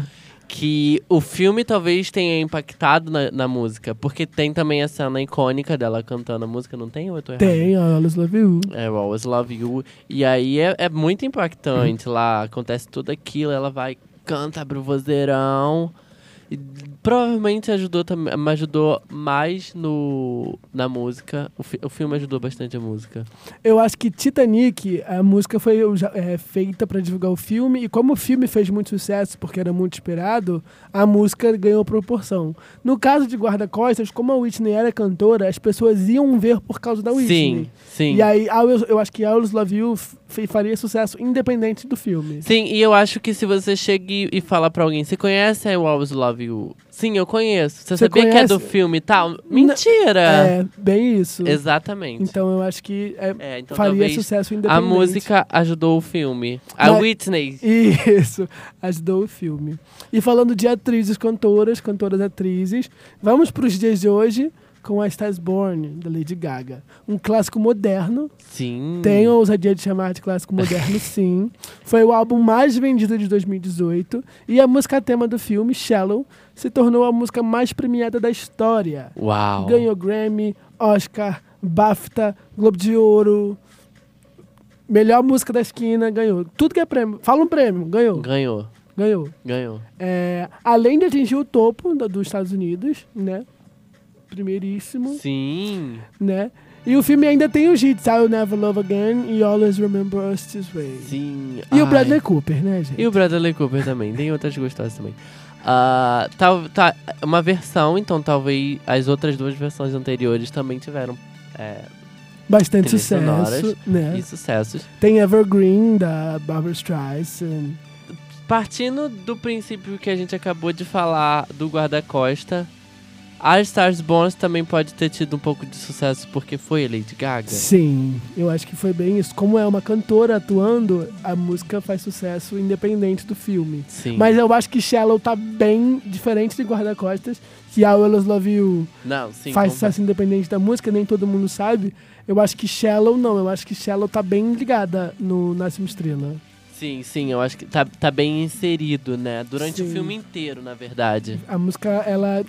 que o filme talvez tenha impactado na, na música, porque tem também a cena icônica dela cantando a música, não tem? Ou eu tô errado? Tem, a Alice Love You. É, I Always Love You. E aí é, é muito impactante lá. Acontece tudo aquilo, ela vai, canta pro vozeirão. E provavelmente ajudou também, mas ajudou mais no, na música. O, fi- o filme ajudou bastante a música. Eu acho que Titanic, a música foi já- é, feita para divulgar o filme, e como o filme fez muito sucesso, porque era muito esperado, a música ganhou proporção. No caso de Guarda-Costas, como a Whitney era cantora, as pessoas iam ver por causa da Whitney. Sim, sim. Então né? E aí, I Will- eu acho que I Always Love You f- faria sucesso independente do filme. Sim, e eu acho que se você chega e e fala pra alguém, você conhece I Always Love You? Sim, eu conheço. Você Você, sabia que é do conhece? filme e tal? Mentira! É, bem isso. Exatamente. Então eu acho que é, é, então faria talvez sucesso a independente. música ajudou o filme. A Mas- Whitney. Isso, ajudou o filme. E falando de atrizes, cantoras, cantoras, atrizes, vamos para os dias de hoje com a Stars Born, da Lady Gaga. Um clássico moderno, Hum. Sim. tenho a ousadia de chamar de clássico moderno, sim. Foi o álbum mais vendido de 2018 e a música tema do filme, Shallow, se tornou a música mais premiada da história. Uau. Ganhou Grammy, Oscar, BAFTA, Globo de Ouro. Melhor música da esquina, ganhou. Tudo que é prêmio. Fala um prêmio, ganhou. Ganhou. Ganhou. Ganhou. É, além de atingir o topo da- dos Estados Unidos, né? Primeiríssimo, Sim. né? E o filme ainda tem os hits I'll Never Love Again e Always Remember Us This Way. Sim. E o Ai. Bradley Cooper, né, gente? E o Bradley Cooper também. Tem outras gostosas também. Ah, tal, tá, uma versão, então talvez as outras duas versões anteriores também tiveram é, Bastante trilhas sucesso, sonoras. né? e sucessos. Tem Evergreen, da Barbara Streisand. Partindo do princípio que a gente acabou de falar do guarda-costa, a Stars Bones também pode ter tido um pouco de sucesso porque foi a Lady Gaga. Sim, eu acho que foi bem isso. Como é uma cantora atuando, a música faz sucesso independente do filme. Sim. Mas eu acho que Shallow tá bem diferente de Guarda-Costas, que a Willis Love You Não, sim. faz com- sucesso independente da música, nem todo mundo sabe. Eu acho que Shallow não, eu acho que Shallow tá bem ligada no Nasce uma Estrela. Sim, sim, eu acho que tá, tá bem inserido, né? Durante o Sim. filme inteiro, na verdade. A música, ela,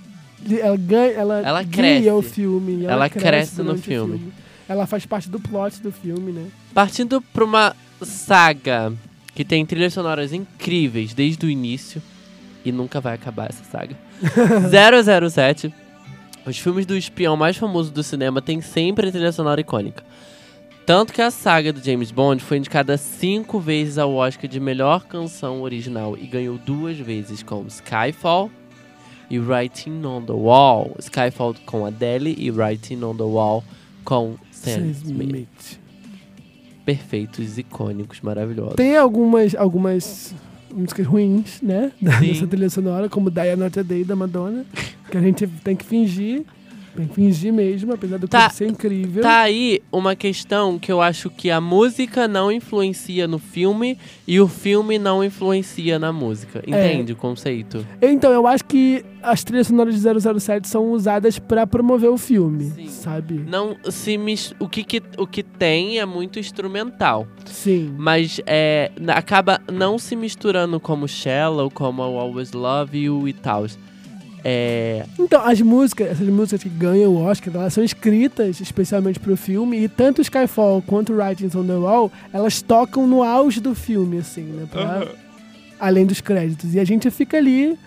ela ganha, ela, Ela guia cresce. o filme. Ela, Ela cresce no durante o filme. Ela faz parte do plot do filme, né? Partindo pra uma saga que tem trilhas sonoras incríveis desde o início, e nunca vai acabar essa saga. 007. Os filmes do espião mais famoso do cinema têm sempre trilha sonora icônica. Tanto que a saga do James Bond foi indicada cinco vezes ao Oscar de melhor canção original e ganhou duas vezes com Skyfall e Writing on the Wall. Skyfall com Adele e Writing on the Wall com Sam Smith Smith. perfeitos, icônicos, maravilhosos. Tem algumas, algumas músicas ruins, né? Sim. Nessa trilha sonora, como Diana Today da Madonna. Que a gente tem que fingir. Tem que fingir mesmo, apesar do Tá. clipe ser incrível. Tá aí uma questão que eu acho que a música não influencia no filme e o filme não influencia na É. música. Entende o conceito? Então, eu acho que as trilhas sonoras de 007 são usadas pra promover o filme, Sim. sabe? Não se mis... o, que que- o que tem é muito instrumental, Sim. mas é, na- acaba não se misturando como Shallow, como I Always Love You e tal. É, Então, as músicas, essas músicas que ganham o Oscar, elas são escritas especialmente pro filme, e tanto Skyfall quanto Writings on the Wall, elas tocam no auge do filme, assim, né? Pra, Além dos créditos. E a gente fica ali,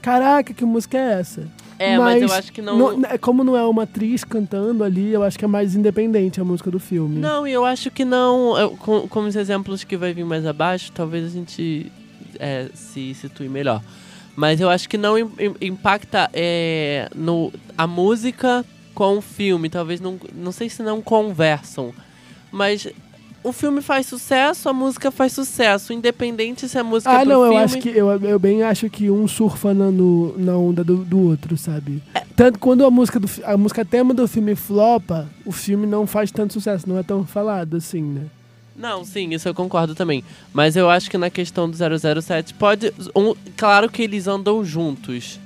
caraca, que música é essa? é mas, Mas eu acho que não. Não- né, como não é uma atriz cantando ali, eu acho que é mais independente a música do filme. Não, e eu acho que não. eu- com, com os exemplos que vai vir mais abaixo, talvez a gente é, se situe melhor. Mas eu acho que não im- im- impacta é, no, a música com o filme. Talvez não. Não sei se não conversam. Mas o filme faz sucesso, a música faz sucesso. Independente se a música é Ah, pro não, eu filme. acho que eu, eu bem acho que um surfa na, no- na onda do, do outro, sabe? É. Tanto quando a música do fi- a música tema do filme flopa, o filme não faz tanto sucesso, não é tão falado assim, né? Não, sim, isso eu concordo também. Mas eu acho que na questão do 007 pode. um- claro que eles andam juntos.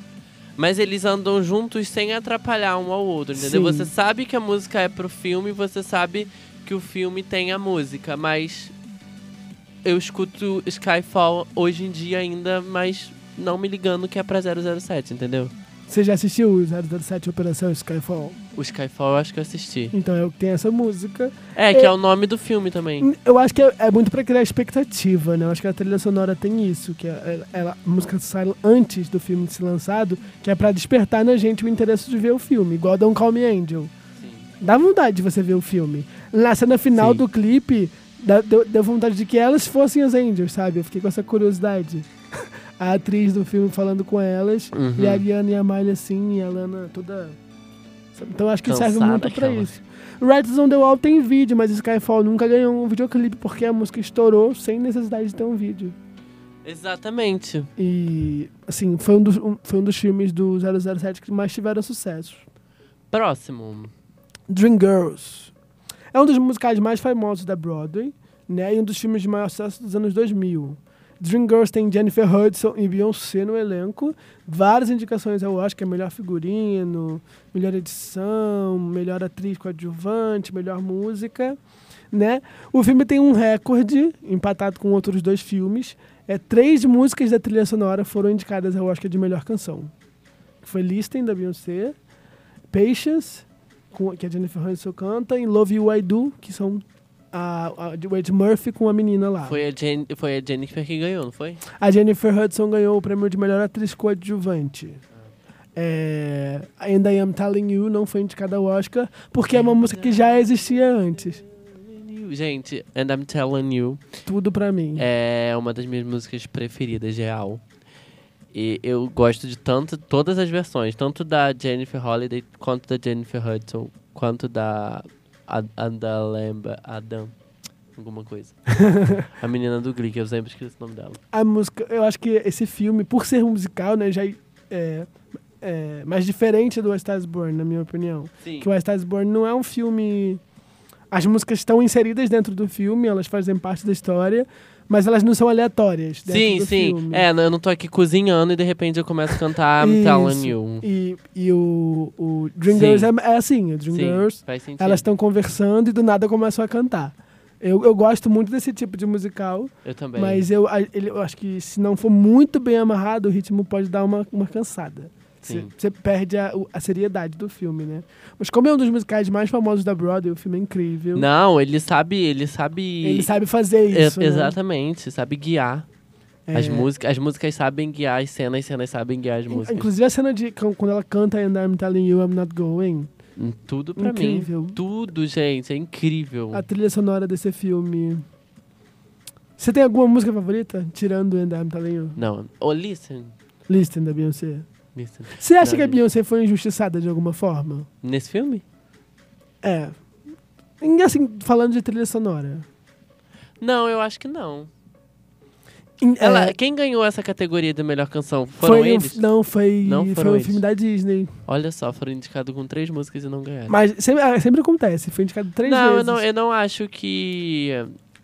Mas eles andam juntos sem atrapalhar um ao outro, entendeu? Sim. Você sabe que a música é pro filme, você sabe que o filme tem a música, mas eu escuto Skyfall hoje em dia ainda, mas não me ligando que é pra 007, entendeu? Você já assistiu o 007 Operação Skyfall? O Skyfall eu acho que eu assisti. Então é o que tem essa música. É, que É. é o nome do filme também. Eu acho que é, é muito pra criar expectativa, né? Eu acho que a trilha sonora tem isso, que é- ela- a música sai antes do filme ser lançado, que é pra despertar na gente o interesse de ver o filme, igual Don't Call Me Angel. Dá vontade de você ver o filme. Na cena final Sim. do clipe, dá- deu, deu vontade de que elas fossem as Angels, sabe? Eu fiquei com essa curiosidade. A atriz do filme falando com elas, Uhum. e a Ariana e a Miley assim, e a Lana toda. sabe? Então acho que serve Cansada muito pra aquela. isso. Writers on the Wall tem vídeo, mas Skyfall nunca ganhou um videoclipe porque a música estourou sem necessidade de ter um vídeo. Exatamente. E, assim, foi um dos, um- foi um dos filmes do 007 que mais tiveram sucesso. Próximo. Dreamgirls. É um dos musicais mais famosos da Broadway, né? E um dos filmes de maior sucesso dos anos 2000. Dreamgirls tem Jennifer Hudson e Beyoncé no elenco. Várias indicações ao Oscar, é melhor figurino, melhor edição, melhor atriz coadjuvante, melhor música, né? O filme tem um recorde, empatado com outros dois filmes. É, três músicas da trilha sonora foram indicadas ao Oscar é de melhor canção. que Foi Listen, da Beyoncé, Patience com- que a Jennifer Aniston canta, e Love You I Do, que são a, a de Wade Murphy com a menina lá. Foi a, Jen- foi a Jennifer que ganhou, não foi? A Jennifer Hudson ganhou o prêmio de melhor atriz coadjuvante. É, And I Am Telling You não foi indicada ao Oscar, porque é uma música que já existia antes. Gente, And I'm Telling You Tudo pra mim. é uma das minhas músicas preferidas, real. E eu gosto de tanto, todas as versões, tanto da Jennifer Holiday, quanto da Jennifer Hudson, quanto da Ad- Adalemba Adam, alguma coisa. a menina do Glee, que eu sempre esqueço o nome dela. A música, eu acho que esse filme, por ser um musical, né, já é, é mais diferente do A Star is Born, na minha opinião. Sim. que o A Star is Born não é um filme. As músicas estão inseridas dentro do filme, elas fazem parte da história, mas elas não são aleatórias. Dentro Sim, do sim. Filme. É, eu não tô aqui cozinhando e de repente eu começo a cantar I'm Telling Isso. You. E, e o, o Dream Girls é, Sim. é assim: o Dream Girls, Sim, faz sentido. elas estão conversando e do nada começam a cantar. Eu, eu gosto muito desse tipo de musical, Eu também. mas eu, a- ele- eu acho que se não for muito bem amarrado, o ritmo pode dar uma, uma cansada. Sim. Você perde a, o- a seriedade do filme, né? Mas como é um dos musicais mais famosos da Broadway, o filme é incrível. Não, ele sabe, ele sabe. Ele sabe fazer É, isso. né? Exatamente, sabe guiar. É. As, músicas, as músicas sabem guiar as cenas, as cenas sabem guiar as In- músicas. Inclusive a cena de can- quando ela canta And I'm Telling You I'm Not Going. Hum, Tudo pra Incrível. mim. Tudo, gente, é incrível. A trilha sonora desse filme. Você tem alguma música favorita? Tirando And I'm Telling You. Não, oh, listen. Listen da Beyoncé. listen. Você acha Não, que a gente. Beyoncé foi injustiçada de alguma forma? Nesse filme? É. E assim, falando de trilha sonora. Não, eu acho que não. Em- Ela, é, Quem ganhou essa categoria de melhor canção? Foram foi um- eles? Não, foi, Não foi foram um eles. filme da Disney. Olha só, foram indicados com três músicas e não ganharam. Mas sempre, ah, sempre acontece, foi indicado três É. não, eu vezes. não, eu não acho que.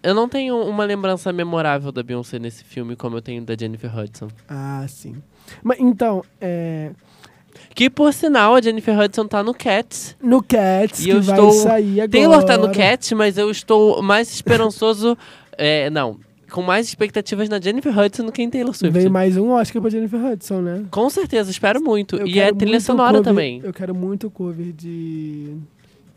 Eu não tenho uma lembrança memorável da Beyoncé nesse filme como eu tenho da Jennifer Hudson. Ah, sim. Mas então, é, Que por sinal a Jennifer Hudson tá no Cats. no Cats, E que eu vai estou- sair agora. Taylor tá no Cats, mas eu estou mais esperançoso. é, não, com mais expectativas na Jennifer Hudson do que em Taylor Swift. Vem mais um Oscar pra Jennifer Hudson, né? Com certeza, espero muito. Eu e quero é trilha muito sonora cover- também. Eu quero muito cover de.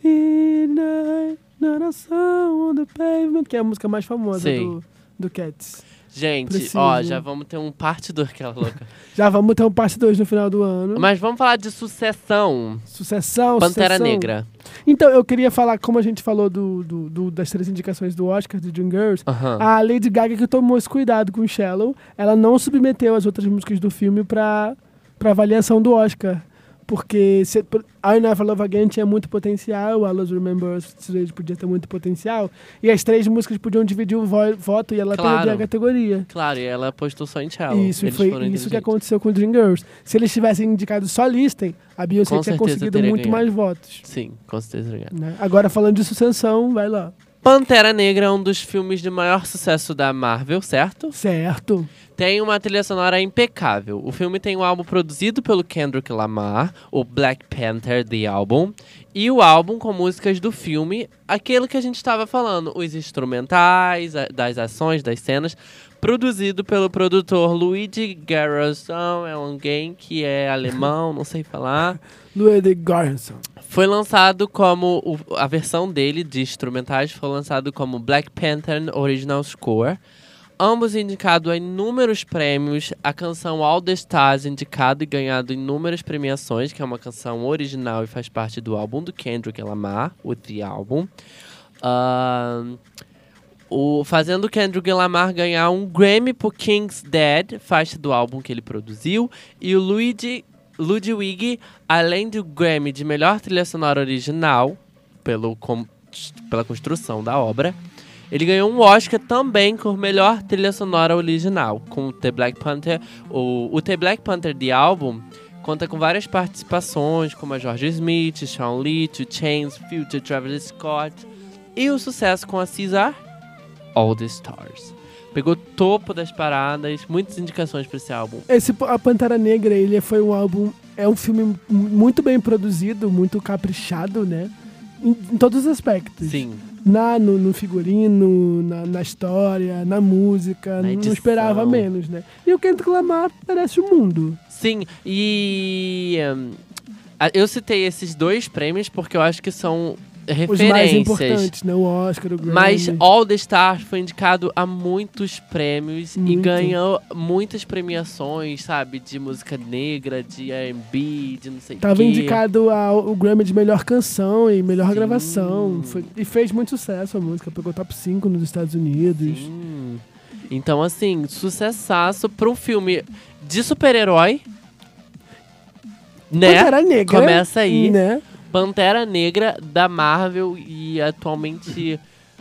Midnight, not a song on the pavement, que é a música mais famosa Sim. do, do Cats. Gente, Preciso. ó, já vamos ter um parte do aquela louca. Já vamos ter um parte 2 no final do ano. mas vamos falar de sucessão. Sucessão, Pantera sucessão. Negra. Então, eu queria falar, como a gente falou do, do- do- das três indicações do Oscar, do Dreamgirls, Aham. a Lady Gaga que tomou esse cuidado com Shallow, ela não submeteu as outras músicas do filme pra, pra avaliação do Oscar. Porque se, por- I Never Love Again tinha muito potencial, I Always Remember Us Today podia ter muito potencial, e as três músicas podiam dividir o vo- voto e ela Claro. perdia a categoria. Claro, e ela postou só em Shallow. Isso, e Eles foi foram isso que inteligentes. aconteceu com Dreamgirls. Se eles tivessem indicado só Listen, a Beyoncé Com tinha certeza conseguido teria muito ganhado. mais votos. Sim, com certeza. obrigado. né? Agora falando de sucessão, vai lá. Pantera Negra é um dos filmes de maior sucesso da Marvel, certo? Certo. Tem uma trilha sonora impecável. O filme tem um álbum produzido pelo Kendrick Lamar, o Black Panther The Album, e o álbum com músicas do filme, aquilo que a gente estava falando, os instrumentais, a- das ações, das cenas, produzido pelo produtor Luigi Garrison, é alguém que é alemão, não sei falar. Luede Garrison. Foi lançado como. o- a versão dele de instrumentais foi lançado como Black Panther Original Score. Ambos indicados a inúmeros prêmios. A canção All the Stars indicada e ganhado inúmeras premiações, que é uma canção original e faz parte do álbum do Kendrick Lamar, o The Album. Ahn, o, fazendo Kendrick Lamar ganhar um Grammy por King's Dead, faixa do álbum que ele produziu, e o Luigi, Ludwig, além do Grammy de melhor trilha sonora original, pelo, com- pela construção da obra, ele ganhou um Oscar também com melhor trilha sonora original, com o The Black Panther. O, o The Black Panther de álbum conta com várias participações, como a George Smith, Sean Lee, Two Chainz, Future, Travis Scott, e o sucesso com a Cesar All the Stars. Pegou topo das paradas, muitas indicações pra esse álbum. Esse, a Pantera Negra, ele foi um álbum. É um filme mu- muito bem produzido, muito caprichado, né? Em, em todos os aspectos. Sim, Na, no, no figurino, na, na história, na música. Na não edição. esperava menos, né? E o Kendrick Lamar merece o mundo. sim. E hum, a- eu citei esses dois prêmios porque eu acho que são Os mais referências. importantes, né? O Oscar, o Grammy. Mas All the Stars foi indicado a muitos prêmios e Muito. ganhou muitas premiações, sabe? De música negra, de R&B, de não sei o Tava quê. indicado ao o Grammy de melhor canção e melhor Sim. gravação. Foi- e fez muito sucesso a música. Pegou top 5 nos Estados Unidos. Sim. Então, assim, sucessaço pra um filme de super-herói. Né? Pantera Negra. Começa aí. Né? Pantera Negra da Marvel e atualmente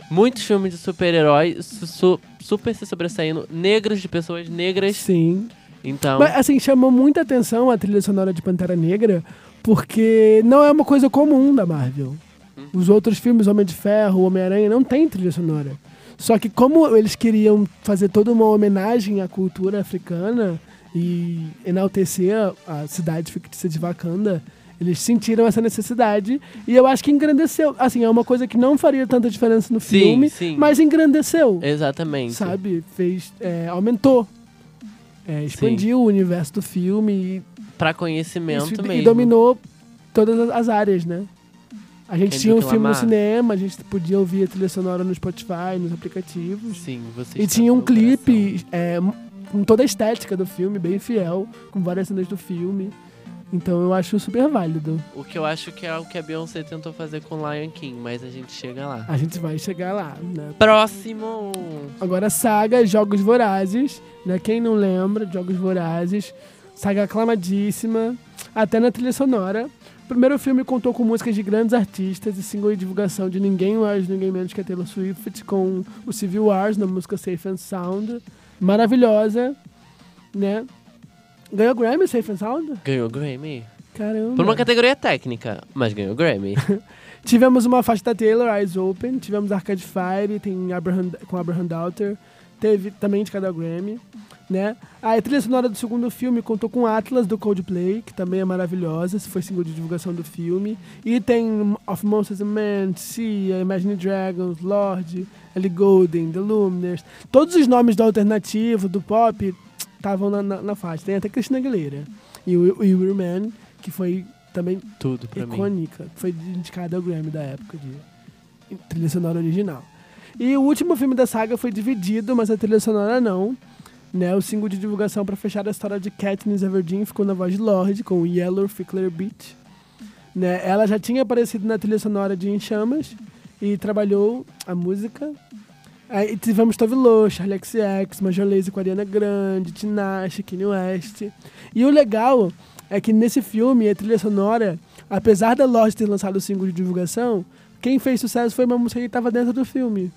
muitos filmes de super-herói su- su- super se sobressaindo. Negros de pessoas negras. Sim. Então, Mas, assim, chamou muita atenção a trilha sonora de Pantera Negra, porque não é uma coisa comum da Marvel. Uhum. Os outros filmes, Homem de Ferro, Homem-Aranha, não tem trilha sonora. Só que como eles queriam fazer toda uma homenagem à cultura africana e enaltecer a cidade fictícia de Wakanda, eles sentiram essa necessidade e eu acho que engrandeceu. Assim, é uma coisa que não faria tanta diferença no Sim, filme, sim. mas engrandeceu exatamente. sabe? Fez, é, aumentou. É, expandiu o universo do filme Pra e, conhecimento isso- e mesmo. dominou todas as- as áreas, né? A gente Kendrick tinha um filme no Lamar. cinema, a gente podia ouvir a trilha sonora no Spotify, nos aplicativos. Sim, você E está tinha um no coração. clipe é, com toda a estética do filme, bem fiel, com várias cenas do filme. Então eu acho super válido. O que eu acho que é o que a Beyoncé tentou fazer com Lion King, mas a gente chega lá. A gente vai chegar lá, né? Próximo! Agora, saga Jogos Vorazes, né? Quem não lembra, Jogos Vorazes, saga aclamadíssima, até na trilha sonora. O primeiro filme contou com músicas de grandes artistas e single de divulgação de ninguém mais, ninguém menos que a Taylor Swift, com o Civil Wars na música Safe and Sound, maravilhosa, né? Ganhou Grammy Safe and Sound? Ganhou Grammy. Caramba. Por uma categoria técnica, mas ganhou Grammy. Tivemos uma faixa da Taylor, Eyes Open. Tivemos Arcade Fire tem Abraham, com Abraham Dalter. Teve também indicada ao Grammy, né? A trilha sonora do segundo filme contou com Atlas, do Coldplay, que também é maravilhosa. Esse foi single de divulgação do filme. E tem Of Monsters and Men, Sia, Imagine Dragons, Lorde, Ellie Golden, The Luminers. Todos os nomes do alternativo, do pop, estavam na, na, na faixa. Tem até Cristina Aguilera. E o, o Will Man, que foi também Tudo pra mim. icônica. Foi indicada ao Grammy da época de trilha sonora original. E o último filme da saga foi dividido, mas a trilha sonora não. Né, o single de divulgação para fechar a história de Katniss Everdeen ficou na voz de Lorde, com Yellow Fickler Beat. Né, ela já tinha aparecido na trilha sonora de Em Chamas e trabalhou a música. Aí tivemos Tove Lo, Charlie XX, Major Lazer com Ariana Grande, Tinashe, Kanye West. E o legal é que nesse filme, a trilha sonora, apesar da Lorde ter lançado o single de divulgação, quem fez sucesso foi uma música que estava dentro do filme.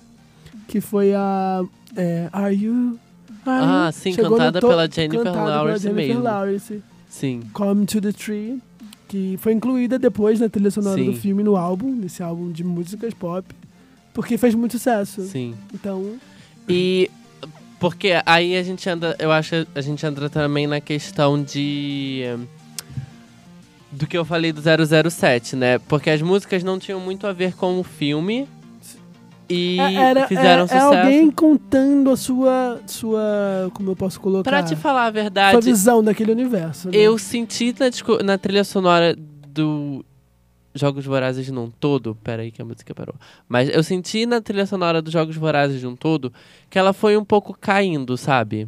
Que foi a. é, Are You. Are You? Ah, sim, Chegou no cantada to- pela Jennifer cantada pela Lawrence Jennifer mesmo. Lawrence. Sim. Come to the Tree, que foi incluída depois na trilha sonora Sim. do filme, no álbum, nesse álbum de músicas pop, porque fez muito sucesso. Sim. Então, E porque aí a gente anda, eu acho, a gente entra também na questão de eh, do que eu falei do 007, né? Porque as músicas não tinham muito a ver com o filme e é- era, é- fizeram é, sucesso. alguém contando a sua, sua, como eu posso colocar, Pra te falar a sua verdade, visão daquele universo. né? eu senti na, disco- na trilha sonora do Jogos Vorazes num todo, peraí que a música parou. Mas eu senti na trilha sonora dos Jogos Vorazes num todo que ela foi um pouco caindo, sabe?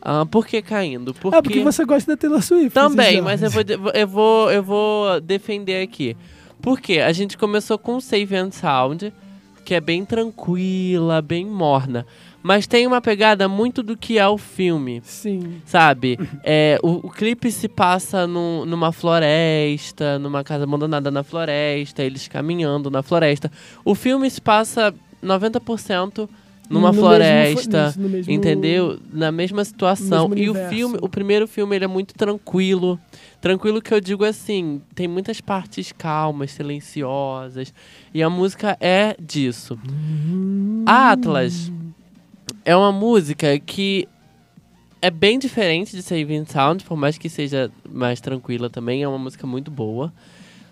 Ah, por que caindo? Porque... Ah, porque você gosta da Taylor Swift. Também, esses mas eu jovens. vou, de- eu vou, eu vou defender aqui. Porque a gente começou com Save and Sound, que é bem tranquila, bem morna. Mas tem uma pegada muito do que é o filme, Sim. sabe? É, o, o clipe se passa num- numa floresta, numa casa abandonada na floresta, eles caminhando na floresta. O filme se passa 90% No numa mesmo fo- floresta isso, no mesmo- entendeu? Na mesma situação. no mesmo E o universo. filme, o primeiro filme, ele é muito tranquilo. Tranquilo que eu digo assim, tem muitas partes calmas, silenciosas. E a música é disso. Hum. A Atlas é uma música que é bem diferente de Saving Sound, por mais que seja mais tranquila também, é uma música muito boa.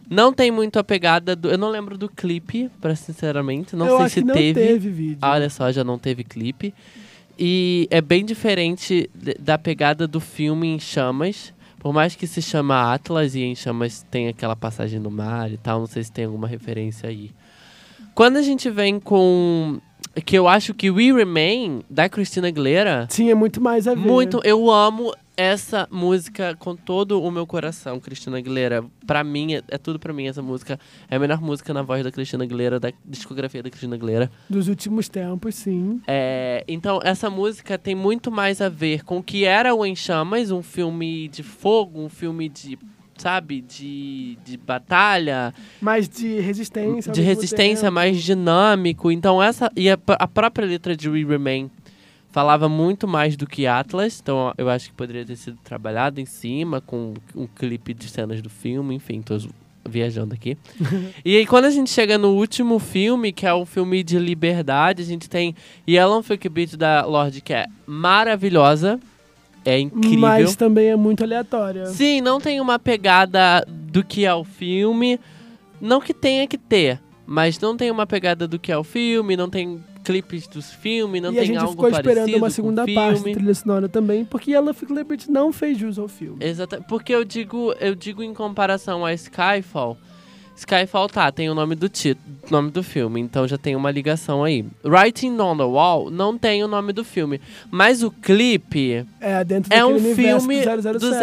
Não tem muito a pegada do. Eu não lembro do clipe, pra sinceramente. Não eu sei acho se que não vídeo. ah, Olha só, já não teve clipe. E é bem diferente de- da pegada do filme Em Chamas. Por mais que se chama Atlas e Em Chamas tem aquela passagem no mar e tal, não sei se tem alguma referência aí. Quando a gente vem com. Que eu acho que We Remain, da Christina Aguilera, Tinha muito mais a ver. muito. Eu amo essa música com todo o meu coração, Cristina Aguilera. Pra mim, é, é tudo pra mim essa música. É a melhor música na voz da Cristina Aguilera, da discografia da Cristina Aguilera. Dos últimos tempos, sim. É, então, essa música tem muito mais a ver com o que era o Em Chamas, um filme de fogo, um filme de, sabe, de, de batalha, Mas de resistência. ao de mesmo resistência tempo. mais dinâmico. Então, essa. E a, pr- a própria letra de We Remain falava muito mais do que Atlas. Então, eu acho que poderia ter sido trabalhado em cima, com um clipe de cenas do filme, enfim, tô zo- viajando aqui. e aí, quando a gente chega no último filme, que é um filme de liberdade, a gente tem Yellow Fake Beat da Lorde, que é maravilhosa. É incrível. Mas também é muito aleatória. Sim, não tem uma pegada do que é o filme. Não que tenha que ter, mas não tem uma pegada do que é o filme, não tem clipes dos filmes, não e tem a gente algo ficou esperando parecido uma com segunda parte o tá da filme. trilha sonora também, porque ela Liberty não fez jus ao filme. Exata, porque eu digo, eu digo em comparação a Skyfall. Skyfall tá, tem o nome do título, nome do filme, então já tem uma ligação aí. Writing on the Wall não tem o nome do filme, mas o clipe É, dentro é um daquele universo filme do 007. do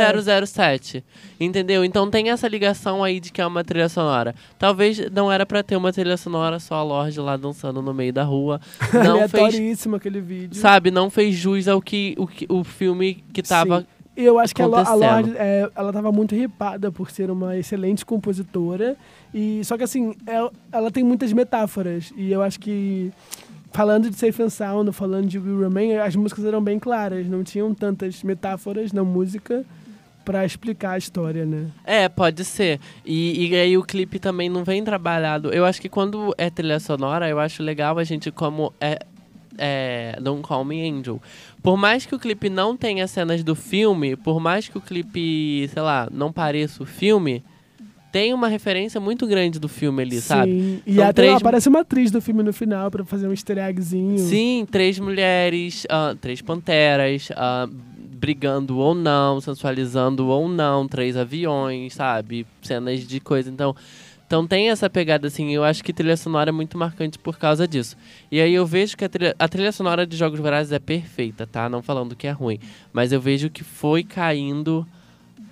007. Entendeu? Então tem essa ligação aí de que é uma trilha sonora. Talvez não era pra ter uma trilha sonora só a Lorde lá dançando no meio da rua. Não fez, Aleatoríssimo aquele vídeo. sabe, não fez jus ao que o, que- o filme que tava Sim. E eu acho que a Lo- a acontecendo. Lorde, é, ela tava muito ripada por ser uma excelente é, compositora. E só que assim, el- ela, tem muitas metáforas e eu acho que falando de Safe and Sound, falando de Will Remain, as músicas eram bem claras, não tinham tantas metáforas na música para explicar a história, né? É, pode ser. E, e aí o clipe também não vem trabalhado. Eu acho que quando é trilha sonora, eu acho legal a gente como é, é Don't Call Me Angel. Por mais que o clipe não tenha cenas do filme, por mais que o clipe, sei lá, não pareça o filme, tem uma referência muito grande do filme ali, Sim. sabe? E São até três- aparece uma atriz do filme no final para fazer um easter eggzinho. Sim, três mulheres, ah, três panteras, ah, brigando ou não, sensualizando ou não, três aviões, sabe? Cenas de coisa. Então, então tem essa pegada assim. Eu acho que trilha sonora é muito marcante por causa disso. E aí eu vejo que a trilha, a trilha sonora de Jogos Vorazes é perfeita, tá? Não falando que é ruim, mas eu vejo que foi caindo.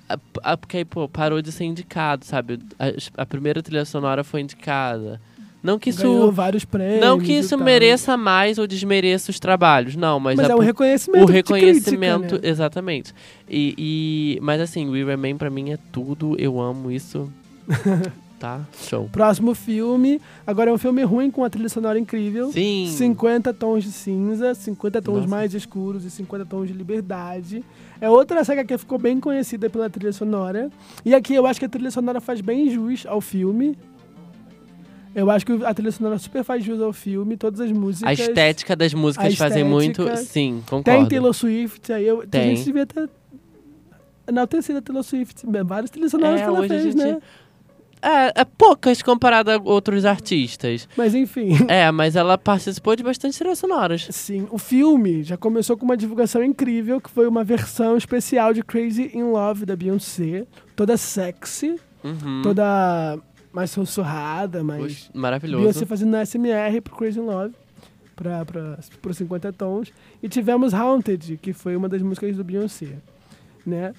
a- a- Porque aí, pô, parou de ser indicado, sabe? A, a primeira trilha sonora foi indicada. Não que isso Ganhou vários prêmios. não que e isso tal. mereça mais ou desmereça os trabalhos, não, mas, Mas, é, a- um reconhecimento. o de reconhecimento, crítica, né? exatamente. E, e- mas assim, We Remain pra mim é tudo, eu amo isso. tá? Show. Próximo filme. Agora é um filme ruim com uma trilha sonora incrível. Sim. 50 tons de cinza, 50 tons Nossa. mais escuros e 50 tons de liberdade. É outra saga que ficou bem conhecida pela trilha sonora. E aqui eu acho que a trilha sonora faz bem jus ao filme. Eu acho que a trilha sonora super faz jus ao filme, todas as músicas. a estética das músicas a fazem muito, estética. sim, concordo. Tem Taylor Swift, aí eu, Tem. a gente devia ter enaltecido a Taylor Swift, né? várias trilhas sonoras É, que ela hoje a fez, gente- né? É, é poucas comparado a outros artistas. Mas enfim. É, mas ela participou de bastante trilhas sonoras. Sim, o filme já começou com uma divulgação incrível, que foi uma versão especial de Crazy in Love da Beyoncé, toda sexy, Uhum. toda mais sussurrada, mais Poxa, Maravilhoso. Beyoncé fazendo na SMR pro Crazy in Love, pra, pra, pro 50 tons. E tivemos Haunted, que foi uma das músicas do Beyoncé, né?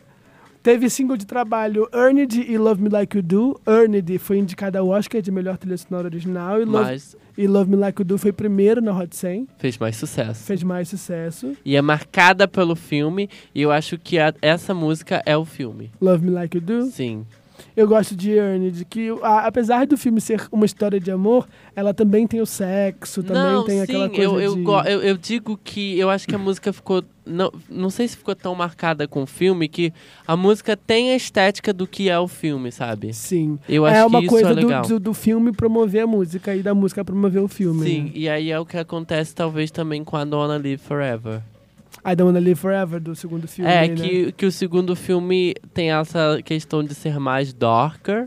Teve single de trabalho Earned e Love Me Like You Do. Earned foi indicada ao Oscar de melhor trilha sonora original e Love, Mas e Love Me Like You Do foi primeiro na Hot 100, fez mais sucesso. fez mais sucesso. E é marcada pelo filme, e eu acho que a- essa música é o filme. Love Me Like You Do. Sim. Eu gosto de Earned, que a- apesar do filme ser uma história de amor, ela também tem o sexo, também não, tem sim, aquela coisa eu, eu, de... go- eu, eu digo que eu acho que a música ficou. Não, não sei se ficou tão marcada com o filme, que a música tem a estética do que é o filme, sabe? Sim. Eu acho É uma que isso coisa é do- legal. do, do filme promover a música e da música promover o filme. Sim, né? e aí é o que acontece talvez também com a Donna Live Forever. I Don't Wanna Live Forever, do segundo filme. é, né? que, que o segundo filme tem essa questão de ser mais darker.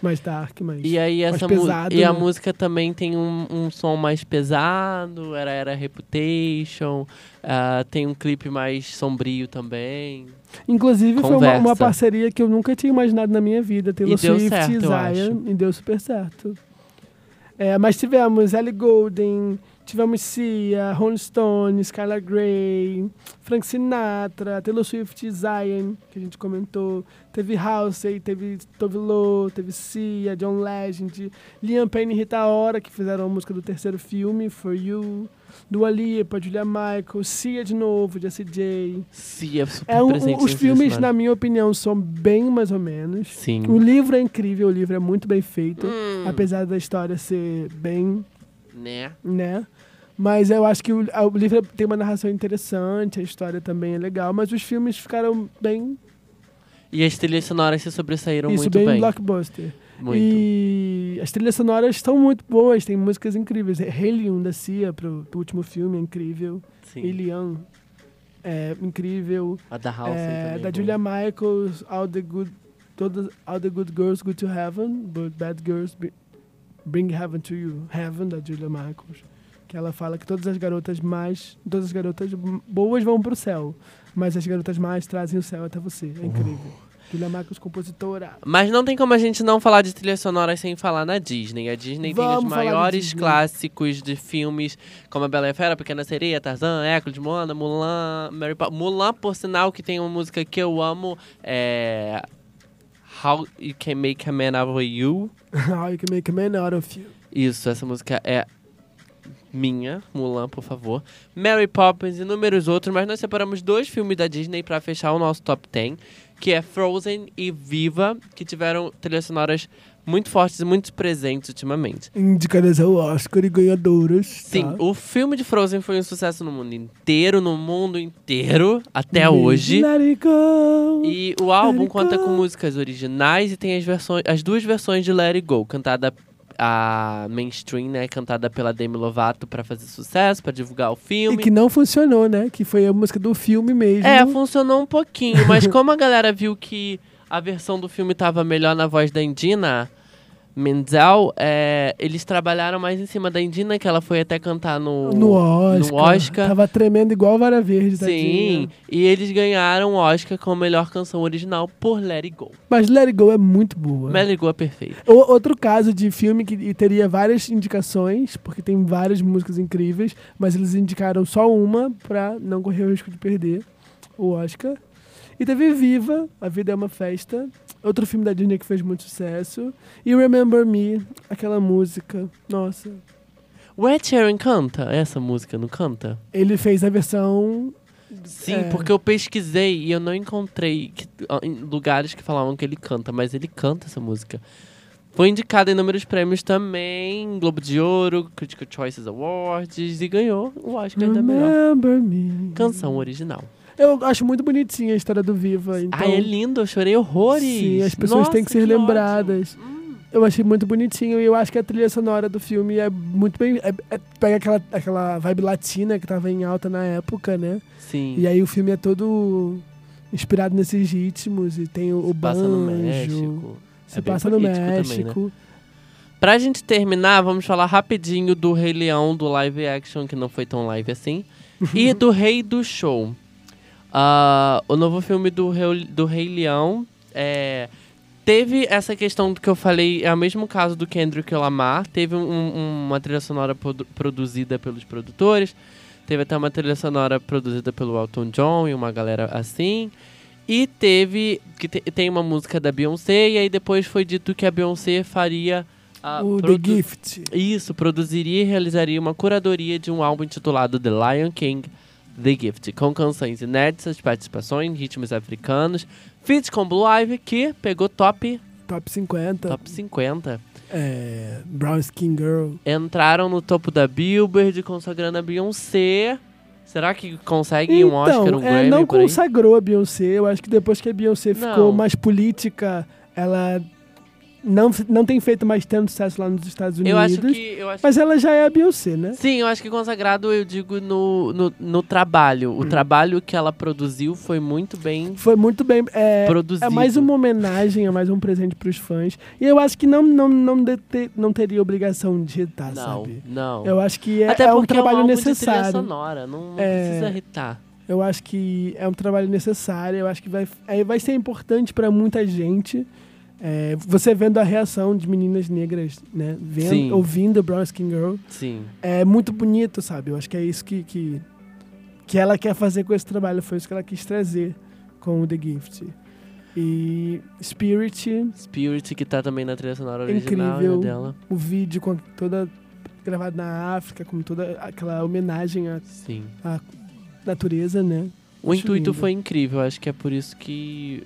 Mais dark, mais... E aí mais essa mu- pesado, e a né? música também tem um, um som mais pesado, era era Reputation, ah, tem um clipe mais sombrio também. Inclusive, foi uma- uma, Conversa. parceria que eu nunca tinha imaginado na minha vida. Taylor E deu Swift certo, e eu Zion. E deu super certo. É, mas tivemos Ellie Goulding, tivemos Cia, Rolling Stone, Skylar Grey, Frank Sinatra, Taylor Swift e Zion, que a gente comentou. Teve Halsey, teve Tove Lo, teve Cia, John Legend, Liam Payne e Rita Ora, que fizeram a música do terceiro filme, For You, Dua Lipa, Julia Michaels, Cia de novo, Jessie J. Sim, é super É, o- presente os nesse filmes, na cenário. minha opinião, são bem mais ou menos. Sim. O livro é incrível, o livro é muito bem feito. Hum, Apesar da história ser bem, né? né? Mas eu acho que o, a- o livro tem uma narração interessante, a história também é legal, mas os filmes ficaram bem. E as trilhas sonoras se sobressaíram isso, muito bem, bem. blockbuster. Muito. E as trilhas sonoras estão muito boas, tem músicas incríveis. Helium da Cia, pro, pro último filme, é incrível. Sim. Ilian é incrível. A da House É, também. né? da boa. Julia Michaels, All the Good, todas, All the Good Girls Go to Heaven, but Bad Girls be- Bring Heaven to You, Heaven da Julia Michaels, que ela fala que todas as garotas mais, todas as garotas boas vão pro céu, mas as garotas mais trazem o céu até você. É incrível. Uh. Julia Michaels, compositora. Mas não tem como a gente não falar de trilhas sonoras sem falar na Disney. A Disney tem Vamos os falar da maiores Disney. clássicos de filmes, como A Bela e a Fera, Pequena Sereia, Tarzan, Hércules, Moana, Mulan, Mary Pop- Mulan, por sinal, que tem uma música que eu amo, é... How You Can Make a Man Out of You. How you can make a man out of you. Isso, essa música é minha, Mulan, por favor. Mary Poppins e inúmeros outros, mas nós separamos dois filmes da Disney pra fechar o nosso top 10, que é Frozen e Viva, que tiveram trilhas sonoras muito fortes e muito presentes ultimamente. Indicadas ao Oscar e ganhadoras. Sim, tá? o filme de Frozen foi um sucesso no mundo inteiro, no mundo inteiro, até Uhum. hoje. Let it go. E o álbum Let it conta go. com músicas originais e tem as, versões, as duas versões de Let It Go, cantada a mainstream, né, cantada pela Demi Lovato pra fazer sucesso, pra divulgar o E filme. que não funcionou, né? Que foi a música do filme mesmo. É, funcionou um pouquinho, mas como a galera viu que a versão do filme tava melhor na voz da Indina Menzel, é, eles trabalharam mais em cima da Indina, que ela foi até cantar no... no Oscar. no Oscar. Tava tremendo igual Vara Verde, Sim, tadinha. e eles ganharam o Oscar com a melhor canção original por Let It Go. Mas Let It Go é muito boa. Let It Go é perfeito. O- outro caso de filme que teria várias indicações, porque tem várias músicas incríveis, mas eles indicaram só uma pra não correr o risco de perder o Oscar. E teve Viva, A Vida é uma Festa, outro filme da Disney que fez muito sucesso. E Remember Me, aquela música. Nossa. Wet Sharon canta essa música, não canta? Ele fez a versão. Sim, É. porque eu pesquisei e eu não encontrei que- ah, em lugares que falavam que ele canta, mas ele canta essa música. Foi indicado em inúmeros prêmios também, Globo de Ouro, Critical Choices Awards, e ganhou o Oscar da melhor Remember Me. canção original. Eu acho muito bonitinha a história do Viva. Então, Ai, é lindo, eu chorei horrores. Sim, as pessoas Nossa, têm que ser ótimo. Hum. lembradas. Eu achei muito bonitinho e eu acho que a trilha sonora do filme é muito bem. é- é- pega aquela, aquela vibe latina que tava em alta na época, né? Sim. E aí o filme é todo inspirado nesses ritmos e tem o, o Passa no banjo, México. Se É bem passa no político também, né? México. Pra gente terminar, vamos falar rapidinho do Rei Leão, do live action, que não foi tão live assim. e do Rei do Show. Ah, o novo filme do Rei, do Rei Leão é, teve essa questão do que eu falei, é o mesmo caso do Kendrick Lamar. Teve um- um- uma trilha sonora produ- produzida pelos produtores, teve até uma trilha sonora produzida pelo Elton John e uma galera assim. E teve. que te- Tem uma música da Beyoncé, e aí depois foi dito que a Beyoncé faria. ah, a o produ- The Gift. Isso, produziria e realizaria uma curadoria de um álbum intitulado The Lion King The Gift, com canções inéditas, participações, em ritmos africanos, feats com Blue Ivy, que pegou top, Top 50. top 50. É, Brown Skin Girl. Entraram no topo da Billboard, consagrando a Beyoncé. Será que conseguem um Oscar, um Então, é, Grammy não por aí? consagrou a Beyoncé. Eu acho que depois que a Beyoncé Não. ficou mais política, ela não, não tem feito mais tanto sucesso lá nos Estados Unidos. Eu acho que... Eu acho Mas ela já é a Beyoncé, né? Sim, eu acho que consagrado eu digo no, no, no trabalho. Hum. O trabalho que ela produziu foi muito bem Foi muito bem. É, produzido. é mais uma homenagem, é mais um presente pros fãs. E eu acho que não, não, não, de- te- não teria obrigação de irritar, Não, sabe? não. Eu acho que é, Até é um porque trabalho é um álbum de trilha necessário. sonora, não, não É. precisa irritar. Eu acho que é um trabalho necessário, eu acho que vai, é, vai ser importante para muita gente. É, você vendo a reação de meninas negras, né? Vendo, Sim. ouvindo Brown Skin Girl, Sim. é muito bonito, sabe? Eu acho que é isso que, que, que ela quer fazer com esse trabalho, foi isso que ela quis trazer com o The Gift. E Spirit, Spirit, que tá também na trilha sonora original né, Incrível. dela. o vídeo com toda gravado na África, com toda aquela homenagem à Sim. natureza, né? O Acho intuito lindo. foi incrível, acho que é por isso que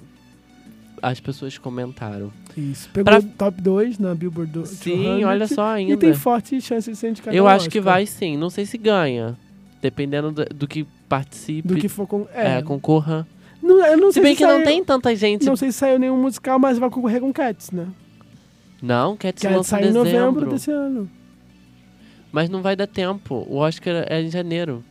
as pessoas comentaram. Isso. Pegou Pra- top 2 na Billboard do Sim, olha só ainda. E tem forte chance de ser indicado Eu ao acho que Oscar. vai sim, não sei se ganha. Dependendo do, do que participe, Do que for com. É, é, concorra. Não, eu não Se sei bem que não saiu- tem tanta gente. Não sei se saiu nenhum musical, mas vai concorrer com Cats, né? Não, quer te Cats lançar sai em em novembro dezembro. desse ano. Mas não vai dar tempo. O Oscar é em janeiro.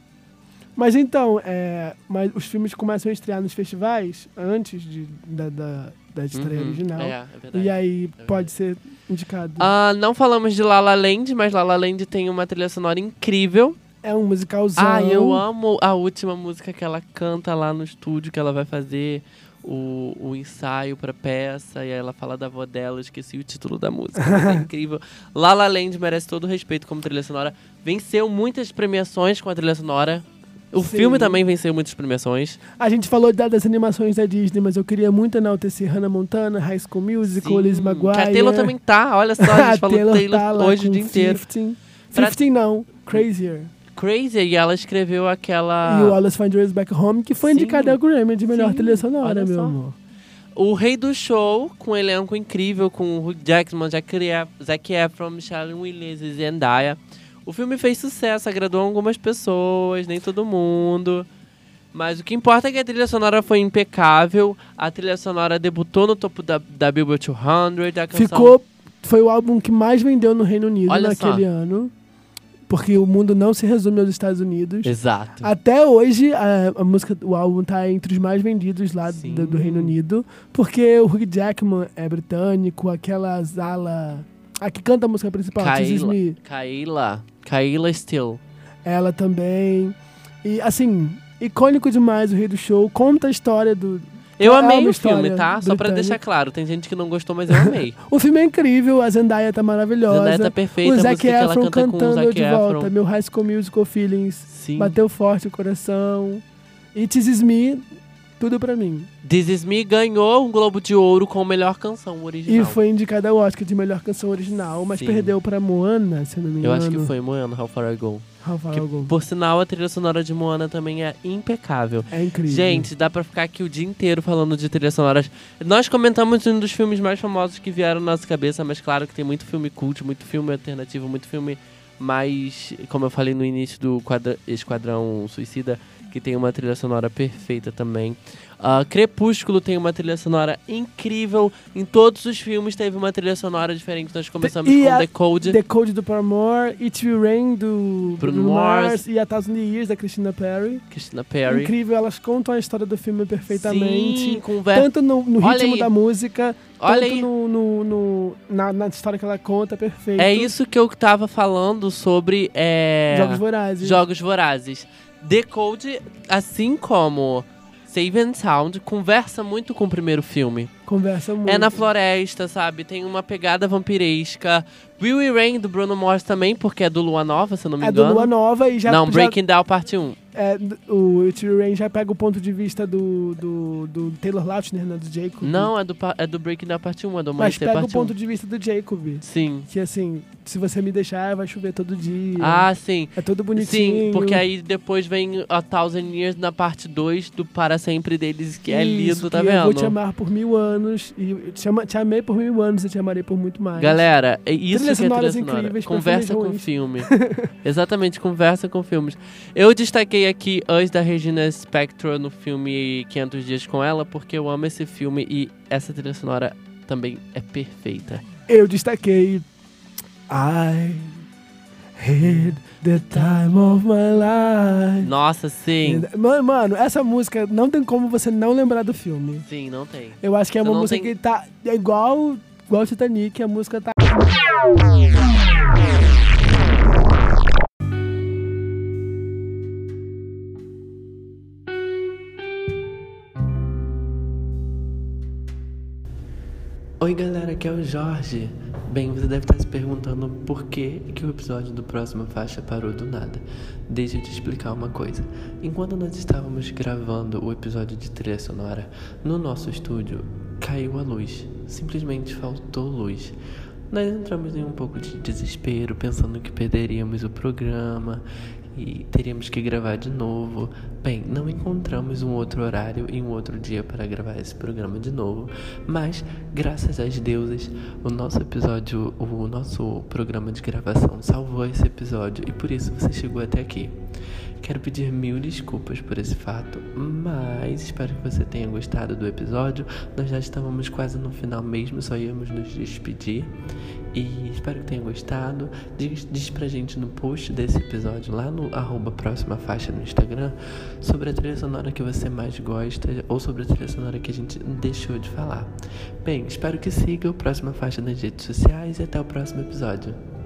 Mas então, é, mas os filmes começam a estrear nos festivais antes de, da, da, da estreia Uhum. original. É, é verdade. e aí verdade. pode ser indicado. Ah, não falamos de La La Land, mas La La Land tem uma trilha sonora incrível. É um musicalzão. Ah, eu amo a última música que ela canta lá no estúdio, que ela vai fazer o, o ensaio pra peça, e aí ela fala da avó dela, eu esqueci o título da música, mas é incrível. La La Land merece todo o respeito como trilha sonora. Venceu muitas premiações com a trilha sonora. O Sim. filme também venceu muitas premiações. A gente falou da- das animações da Disney, mas eu queria muito enaltecer Hannah Montana, High School Musical, Liz Maguire. Que a Taylor também tá, olha só, a gente falou Taylor, tá lá hoje o com dia inteiro. 15. Pra- 15 não, Crazier. Crazy, e ela escreveu aquela... E o Alice Find Your Ways Back Home, que foi Ah. Sim. indicada ao Grammy de melhor Sim, trilha sonora, olha meu só. amor. O Rei do Show, com um elenco incrível, com Hugh Jackman, Zac Ef- Zac Efron, Michelle Williams e Zendaya. O filme fez sucesso, agradou algumas pessoas, nem todo mundo. Mas o que importa é que a trilha sonora foi impecável. A trilha sonora debutou no topo da, da Billboard 200. A canção Ficou. Foi o álbum que mais vendeu no Reino Unido Então Olha só. naquele ano. Porque o mundo não se resume aos Estados Unidos. Exato. Até hoje, a, a música, o álbum tá entre os mais vendidos lá Sim. do, do Reino Unido. Porque o Hugh Jackman é britânico, aquela Zala. A que canta a música principal, Tizzy Kaila. Smith, Kaila. Kaila Still. ela também. E assim, icônico demais o Rei do Show. Conta a história do. Eu É amei uma o filme, história tá? Só pra britânica. deixar claro. Tem gente que não gostou, mas eu amei. O filme é incrível, a Zendaya tá maravilhosa. Zendaya tá perfeita, o a música Zac que ela Efron canta com o cantando Zac de volta. Efron. Meu High School Musical Feelings. Sim. Bateu forte o coração. E Tizzy Smith, tudo pra mim. This Is Me ganhou um Globo de Ouro com a melhor canção E original. foi indicada ao Oscar de melhor canção original, mas Sim. perdeu pra Moana, se eu não me Eu engano. acho que foi Moana, How Far I Go. Rafa Que, Algon. por sinal, a trilha sonora de Moana também é impecável. É incrível. Gente, dá pra ficar aqui o dia inteiro falando de trilhas sonoras. Nós comentamos um dos filmes mais famosos que vieram na nossa cabeça, mas claro que tem muito filme cult, muito filme alternativo, muito filme mais, como eu falei no início do quadra- Esquadrão Suicida, que tem uma trilha sonora perfeita também. Ah, Crepúsculo tem uma trilha sonora incrível. Em todos os filmes teve uma trilha sonora diferente. Nós começamos E com a- The Code. The Code do Paramore, It Will Rain do Bruno Bruno Mars. Mars e A Thousand Years da Christina Perry. Christina Perry. É Incrível, elas contam a história do filme perfeitamente. Sim, conversa. Tanto no, no Olha ritmo aí. da música, Olha tanto aí. no, no- no- na, na história que ela conta, perfeito. É isso que eu tava falando sobre. É... Jogos Vorazes. Jogos Vorazes. Decode, assim como Save and Sound, conversa muito com o primeiro filme. Conversa muito. É na floresta, sabe? Tem uma pegada vampiresca. Will e Rain, do Bruno Morse também, porque é do Lua Nova, se eu não me É do engano. Lua Nova e já... não, já- Breaking Down um. Parte 1. é, o It Will Rain já pega o ponto de vista do, do, do Taylor Lautner, né, do Jacob. Não, é do, pa- é do Breaking Down Parte 1, é do Mas Amanhecer pega o Parte 1. ponto de vista do Jacob. Sim. Que assim, se você me deixar, vai chover todo dia. Ah, sim. é todo bonitinho. Sim, porque aí depois vem a Thousand Years na parte 2 do Para Sempre deles, que é lindo, Isso, tá que vendo? Eu vou te amar por mil anos. E eu te, ama- te amei por mil anos e te amarei por muito mais. Galera, é isso Trilhas que é trilha sonoras sonora. incríveis pra Conversa filmes com ruins. filme. Exatamente, conversa com filmes. Eu destaquei aqui Us da Regina Spector no filme 500 Dias com Ela, porque eu amo esse filme e essa trilha sonora também é perfeita. Eu destaquei. I hate the time of my life. Nossa, sim. Mano, mano, essa música não tem como você não lembrar do filme. Sim, não tem. Eu acho que é Você uma não música tem- que tá. É igual, igual Titanic, a música tá. Oi galera, aqui é o Jorge. Bem, você deve estar se perguntando por que, que o episódio do Próxima Faixa parou do nada. Deixa eu te explicar uma coisa. Enquanto nós estávamos gravando o episódio de trilha sonora, no nosso estúdio caiu a luz. Simplesmente faltou luz. Nós entramos em um pouco de desespero, pensando que perderíamos o programa e teríamos que gravar de novo. Bem, não encontramos um outro horário e um outro dia para gravar esse programa de novo, mas graças às deusas, o nosso episódio, o nosso programa de gravação salvou esse episódio e por isso você chegou até aqui. Quero pedir mil desculpas por esse fato, mas espero que você tenha gostado do episódio. Nós já estávamos quase no final mesmo, só íamos nos despedir. E espero que tenha gostado. Diz, diz pra gente no post desse episódio, lá no arroba próxima faixa no Instagram, sobre a trilha sonora que você mais gosta ou sobre a trilha sonora que a gente deixou de falar. Bem, espero que siga o próxima faixa nas redes sociais e até o próximo episódio.